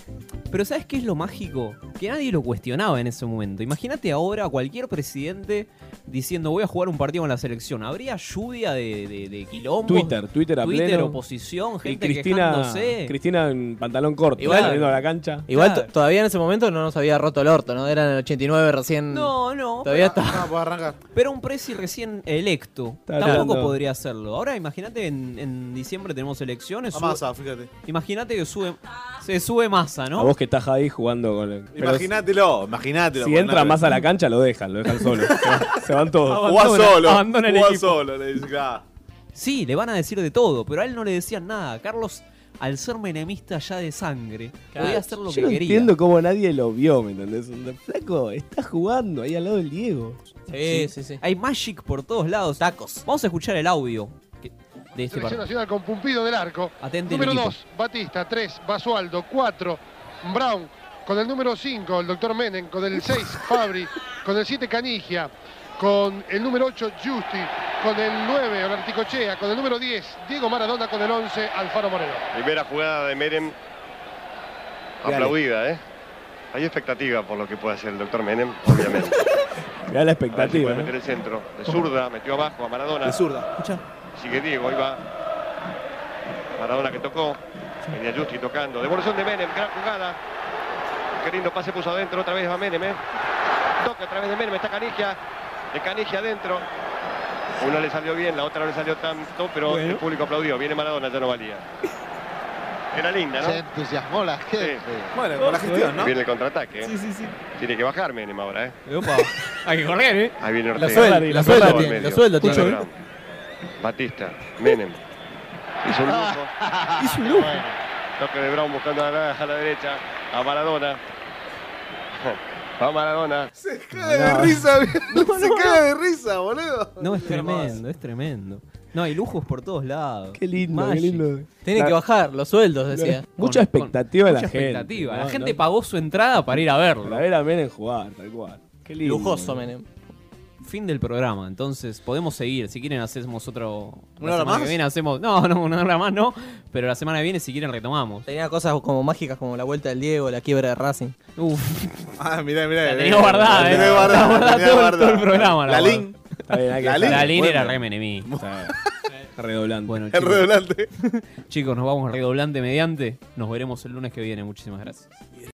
[SPEAKER 8] Pero ¿sabes qué es lo mágico? Que nadie lo cuestionaba en ese momento. Imagínate ahora a cualquier presidente diciendo voy a jugar un partido con la selección. Habría lluvia de, de, de quilombos.
[SPEAKER 9] Twitter, Twitter a pleno.
[SPEAKER 8] oposición,
[SPEAKER 9] Y
[SPEAKER 8] gente
[SPEAKER 9] Cristina,
[SPEAKER 8] quejándose.
[SPEAKER 9] Cristina en pantalón corto,
[SPEAKER 10] Igual-
[SPEAKER 9] saliendo a la cancha.
[SPEAKER 10] Igual t- todavía en ese momento no nos había roto el orto, ¿no? Era en el 89 recién.
[SPEAKER 8] No, no.
[SPEAKER 10] Todavía
[SPEAKER 8] pero-
[SPEAKER 10] está.
[SPEAKER 8] Pero un presi recién electo
[SPEAKER 10] Está
[SPEAKER 8] tampoco
[SPEAKER 10] hablando.
[SPEAKER 8] podría hacerlo. Ahora imagínate en, en diciembre tenemos elecciones.
[SPEAKER 7] A
[SPEAKER 8] sube-
[SPEAKER 7] Massa, fíjate.
[SPEAKER 8] Imagínate que sube se sube masa,
[SPEAKER 9] A
[SPEAKER 8] ¿no?
[SPEAKER 9] vos que estás ahí jugando con el. pero
[SPEAKER 7] Imagínatelo,
[SPEAKER 9] si-
[SPEAKER 7] imagínatelo.
[SPEAKER 9] Si entra más a la cancha, lo dejan, lo dejan solo. Se va- se van todos.
[SPEAKER 7] Jugá solo.
[SPEAKER 8] abandona el
[SPEAKER 7] jugá
[SPEAKER 8] equipo.
[SPEAKER 7] solo, le dice, claro.
[SPEAKER 8] Sí, le van a decir de todo, pero a él no le decían nada. Carlos, al ser menemista ya de sangre, podía hacer lo
[SPEAKER 9] Yo
[SPEAKER 8] que
[SPEAKER 9] no
[SPEAKER 8] quería.
[SPEAKER 9] entiendo cómo nadie lo vio, ¿me entendés? Un Flaco, está jugando ahí al lado del Diego.
[SPEAKER 8] Sí, sí, sí. Eh, Hay Magic por todos lados. Tacos. Vamos a escuchar el audio que- de este
[SPEAKER 24] Selección
[SPEAKER 8] partido.
[SPEAKER 24] Nacional con Pumpido del arco.
[SPEAKER 8] Atente el
[SPEAKER 24] número
[SPEAKER 8] equipo.
[SPEAKER 24] 2, Batista. 3, Basualdo. 4, Brown. Con el número 5, el doctor Menem. Con el 6, Fabri. Con el 7, Canigia. Con el número 8, Justi. Con el 9, Olarticochea. Con el número 10, Diego Maradona. Con el 11, Alfaro Moreno.
[SPEAKER 25] Primera jugada de Menem.
[SPEAKER 9] Dale.
[SPEAKER 25] Aplaudida, ¿eh? Hay expectativa por lo que puede hacer el doctor Menem, obviamente.
[SPEAKER 9] Mirá la
[SPEAKER 25] A ver si
[SPEAKER 9] expectativa.
[SPEAKER 25] puede
[SPEAKER 9] ¿no?
[SPEAKER 25] meter el centro. De zurda, metió abajo a Maradona.
[SPEAKER 9] De zurda.
[SPEAKER 25] Sigue Diego, ahí va. Maradona que tocó. Venía Justi tocando. Devolución de Menem, gran jugada. Qué lindo pase puso adentro, otra vez va Menem, ¿eh? Toca a través de Menem, está Canigia. De Canigia adentro. Una le salió bien, la otra no le salió tanto, pero el público aplaudió. Viene Maradona, ya no valía. Era linda, ¿no?
[SPEAKER 5] Se entusiasmó la gente.
[SPEAKER 25] Bueno,
[SPEAKER 5] con la gestión, ¿no?
[SPEAKER 25] Viene el contraataque. ¿eh?
[SPEAKER 5] Sí, sí, sí.
[SPEAKER 25] Tiene que bajar Menem ahora, ¿eh?
[SPEAKER 8] Hay que correr, ¿eh?
[SPEAKER 25] Ahí viene
[SPEAKER 8] La
[SPEAKER 25] Ortega.
[SPEAKER 8] suelda, la
[SPEAKER 25] Ortega ¿eh?
[SPEAKER 8] suelda
[SPEAKER 25] por
[SPEAKER 8] tiene,
[SPEAKER 25] medio.
[SPEAKER 8] la suelda tiene.
[SPEAKER 25] Brown. Batista, Menem. Hizo un lujo. Hizo un lujo. Toque de Brown buscando a la, a la derecha. A Maradona. Va Maradona.
[SPEAKER 7] Se cae de risa, se cae de risa, boludo.
[SPEAKER 8] No, es tremendo, es tremendo. No, hay lujos por todos lados.
[SPEAKER 9] Qué lindo,
[SPEAKER 8] Magic.
[SPEAKER 9] qué lindo.
[SPEAKER 8] Tiene que bajar los sueldos, decía.
[SPEAKER 9] Mucha expectativa de la
[SPEAKER 8] mucha
[SPEAKER 9] gente.
[SPEAKER 8] expectativa. La
[SPEAKER 9] ¿no?
[SPEAKER 8] gente
[SPEAKER 9] ¿No?
[SPEAKER 8] pagó su entrada para ir a verlo.
[SPEAKER 9] Para ver a Menem jugar, tal cual. Qué lindo.
[SPEAKER 8] Lujoso,
[SPEAKER 9] boludo.
[SPEAKER 8] Menem. Fin del programa, entonces podemos seguir. Si quieren, hacemos otro.
[SPEAKER 10] ¿Una
[SPEAKER 8] la
[SPEAKER 10] hora
[SPEAKER 8] semana
[SPEAKER 10] más?
[SPEAKER 8] que viene hacemos. No, no, una hora más no. Pero la semana que viene, si quieren, retomamos.
[SPEAKER 10] Tenía cosas como mágicas como la vuelta del Diego, la quiebra de Racing.
[SPEAKER 7] Ah, mirá, mirá.
[SPEAKER 10] La
[SPEAKER 7] mirá,
[SPEAKER 10] tenía
[SPEAKER 7] mirá,
[SPEAKER 10] guardada,
[SPEAKER 7] la
[SPEAKER 10] eh.
[SPEAKER 7] tenía
[SPEAKER 10] La
[SPEAKER 7] guardada,
[SPEAKER 10] guardada
[SPEAKER 7] la tenía
[SPEAKER 10] todo el-
[SPEAKER 7] guardada.
[SPEAKER 10] todo el programa, la
[SPEAKER 7] La
[SPEAKER 10] guardada.
[SPEAKER 7] link.
[SPEAKER 9] Está bien, hay que
[SPEAKER 7] La
[SPEAKER 9] hacer-
[SPEAKER 7] línea.
[SPEAKER 8] La línea era
[SPEAKER 9] Bueno.
[SPEAKER 8] re menemista.
[SPEAKER 9] Redoblante.
[SPEAKER 8] Bueno,
[SPEAKER 7] El redoblante.
[SPEAKER 8] Chicos, nos vamos al redoblante mediante. Nos veremos el lunes que viene. Muchísimas gracias.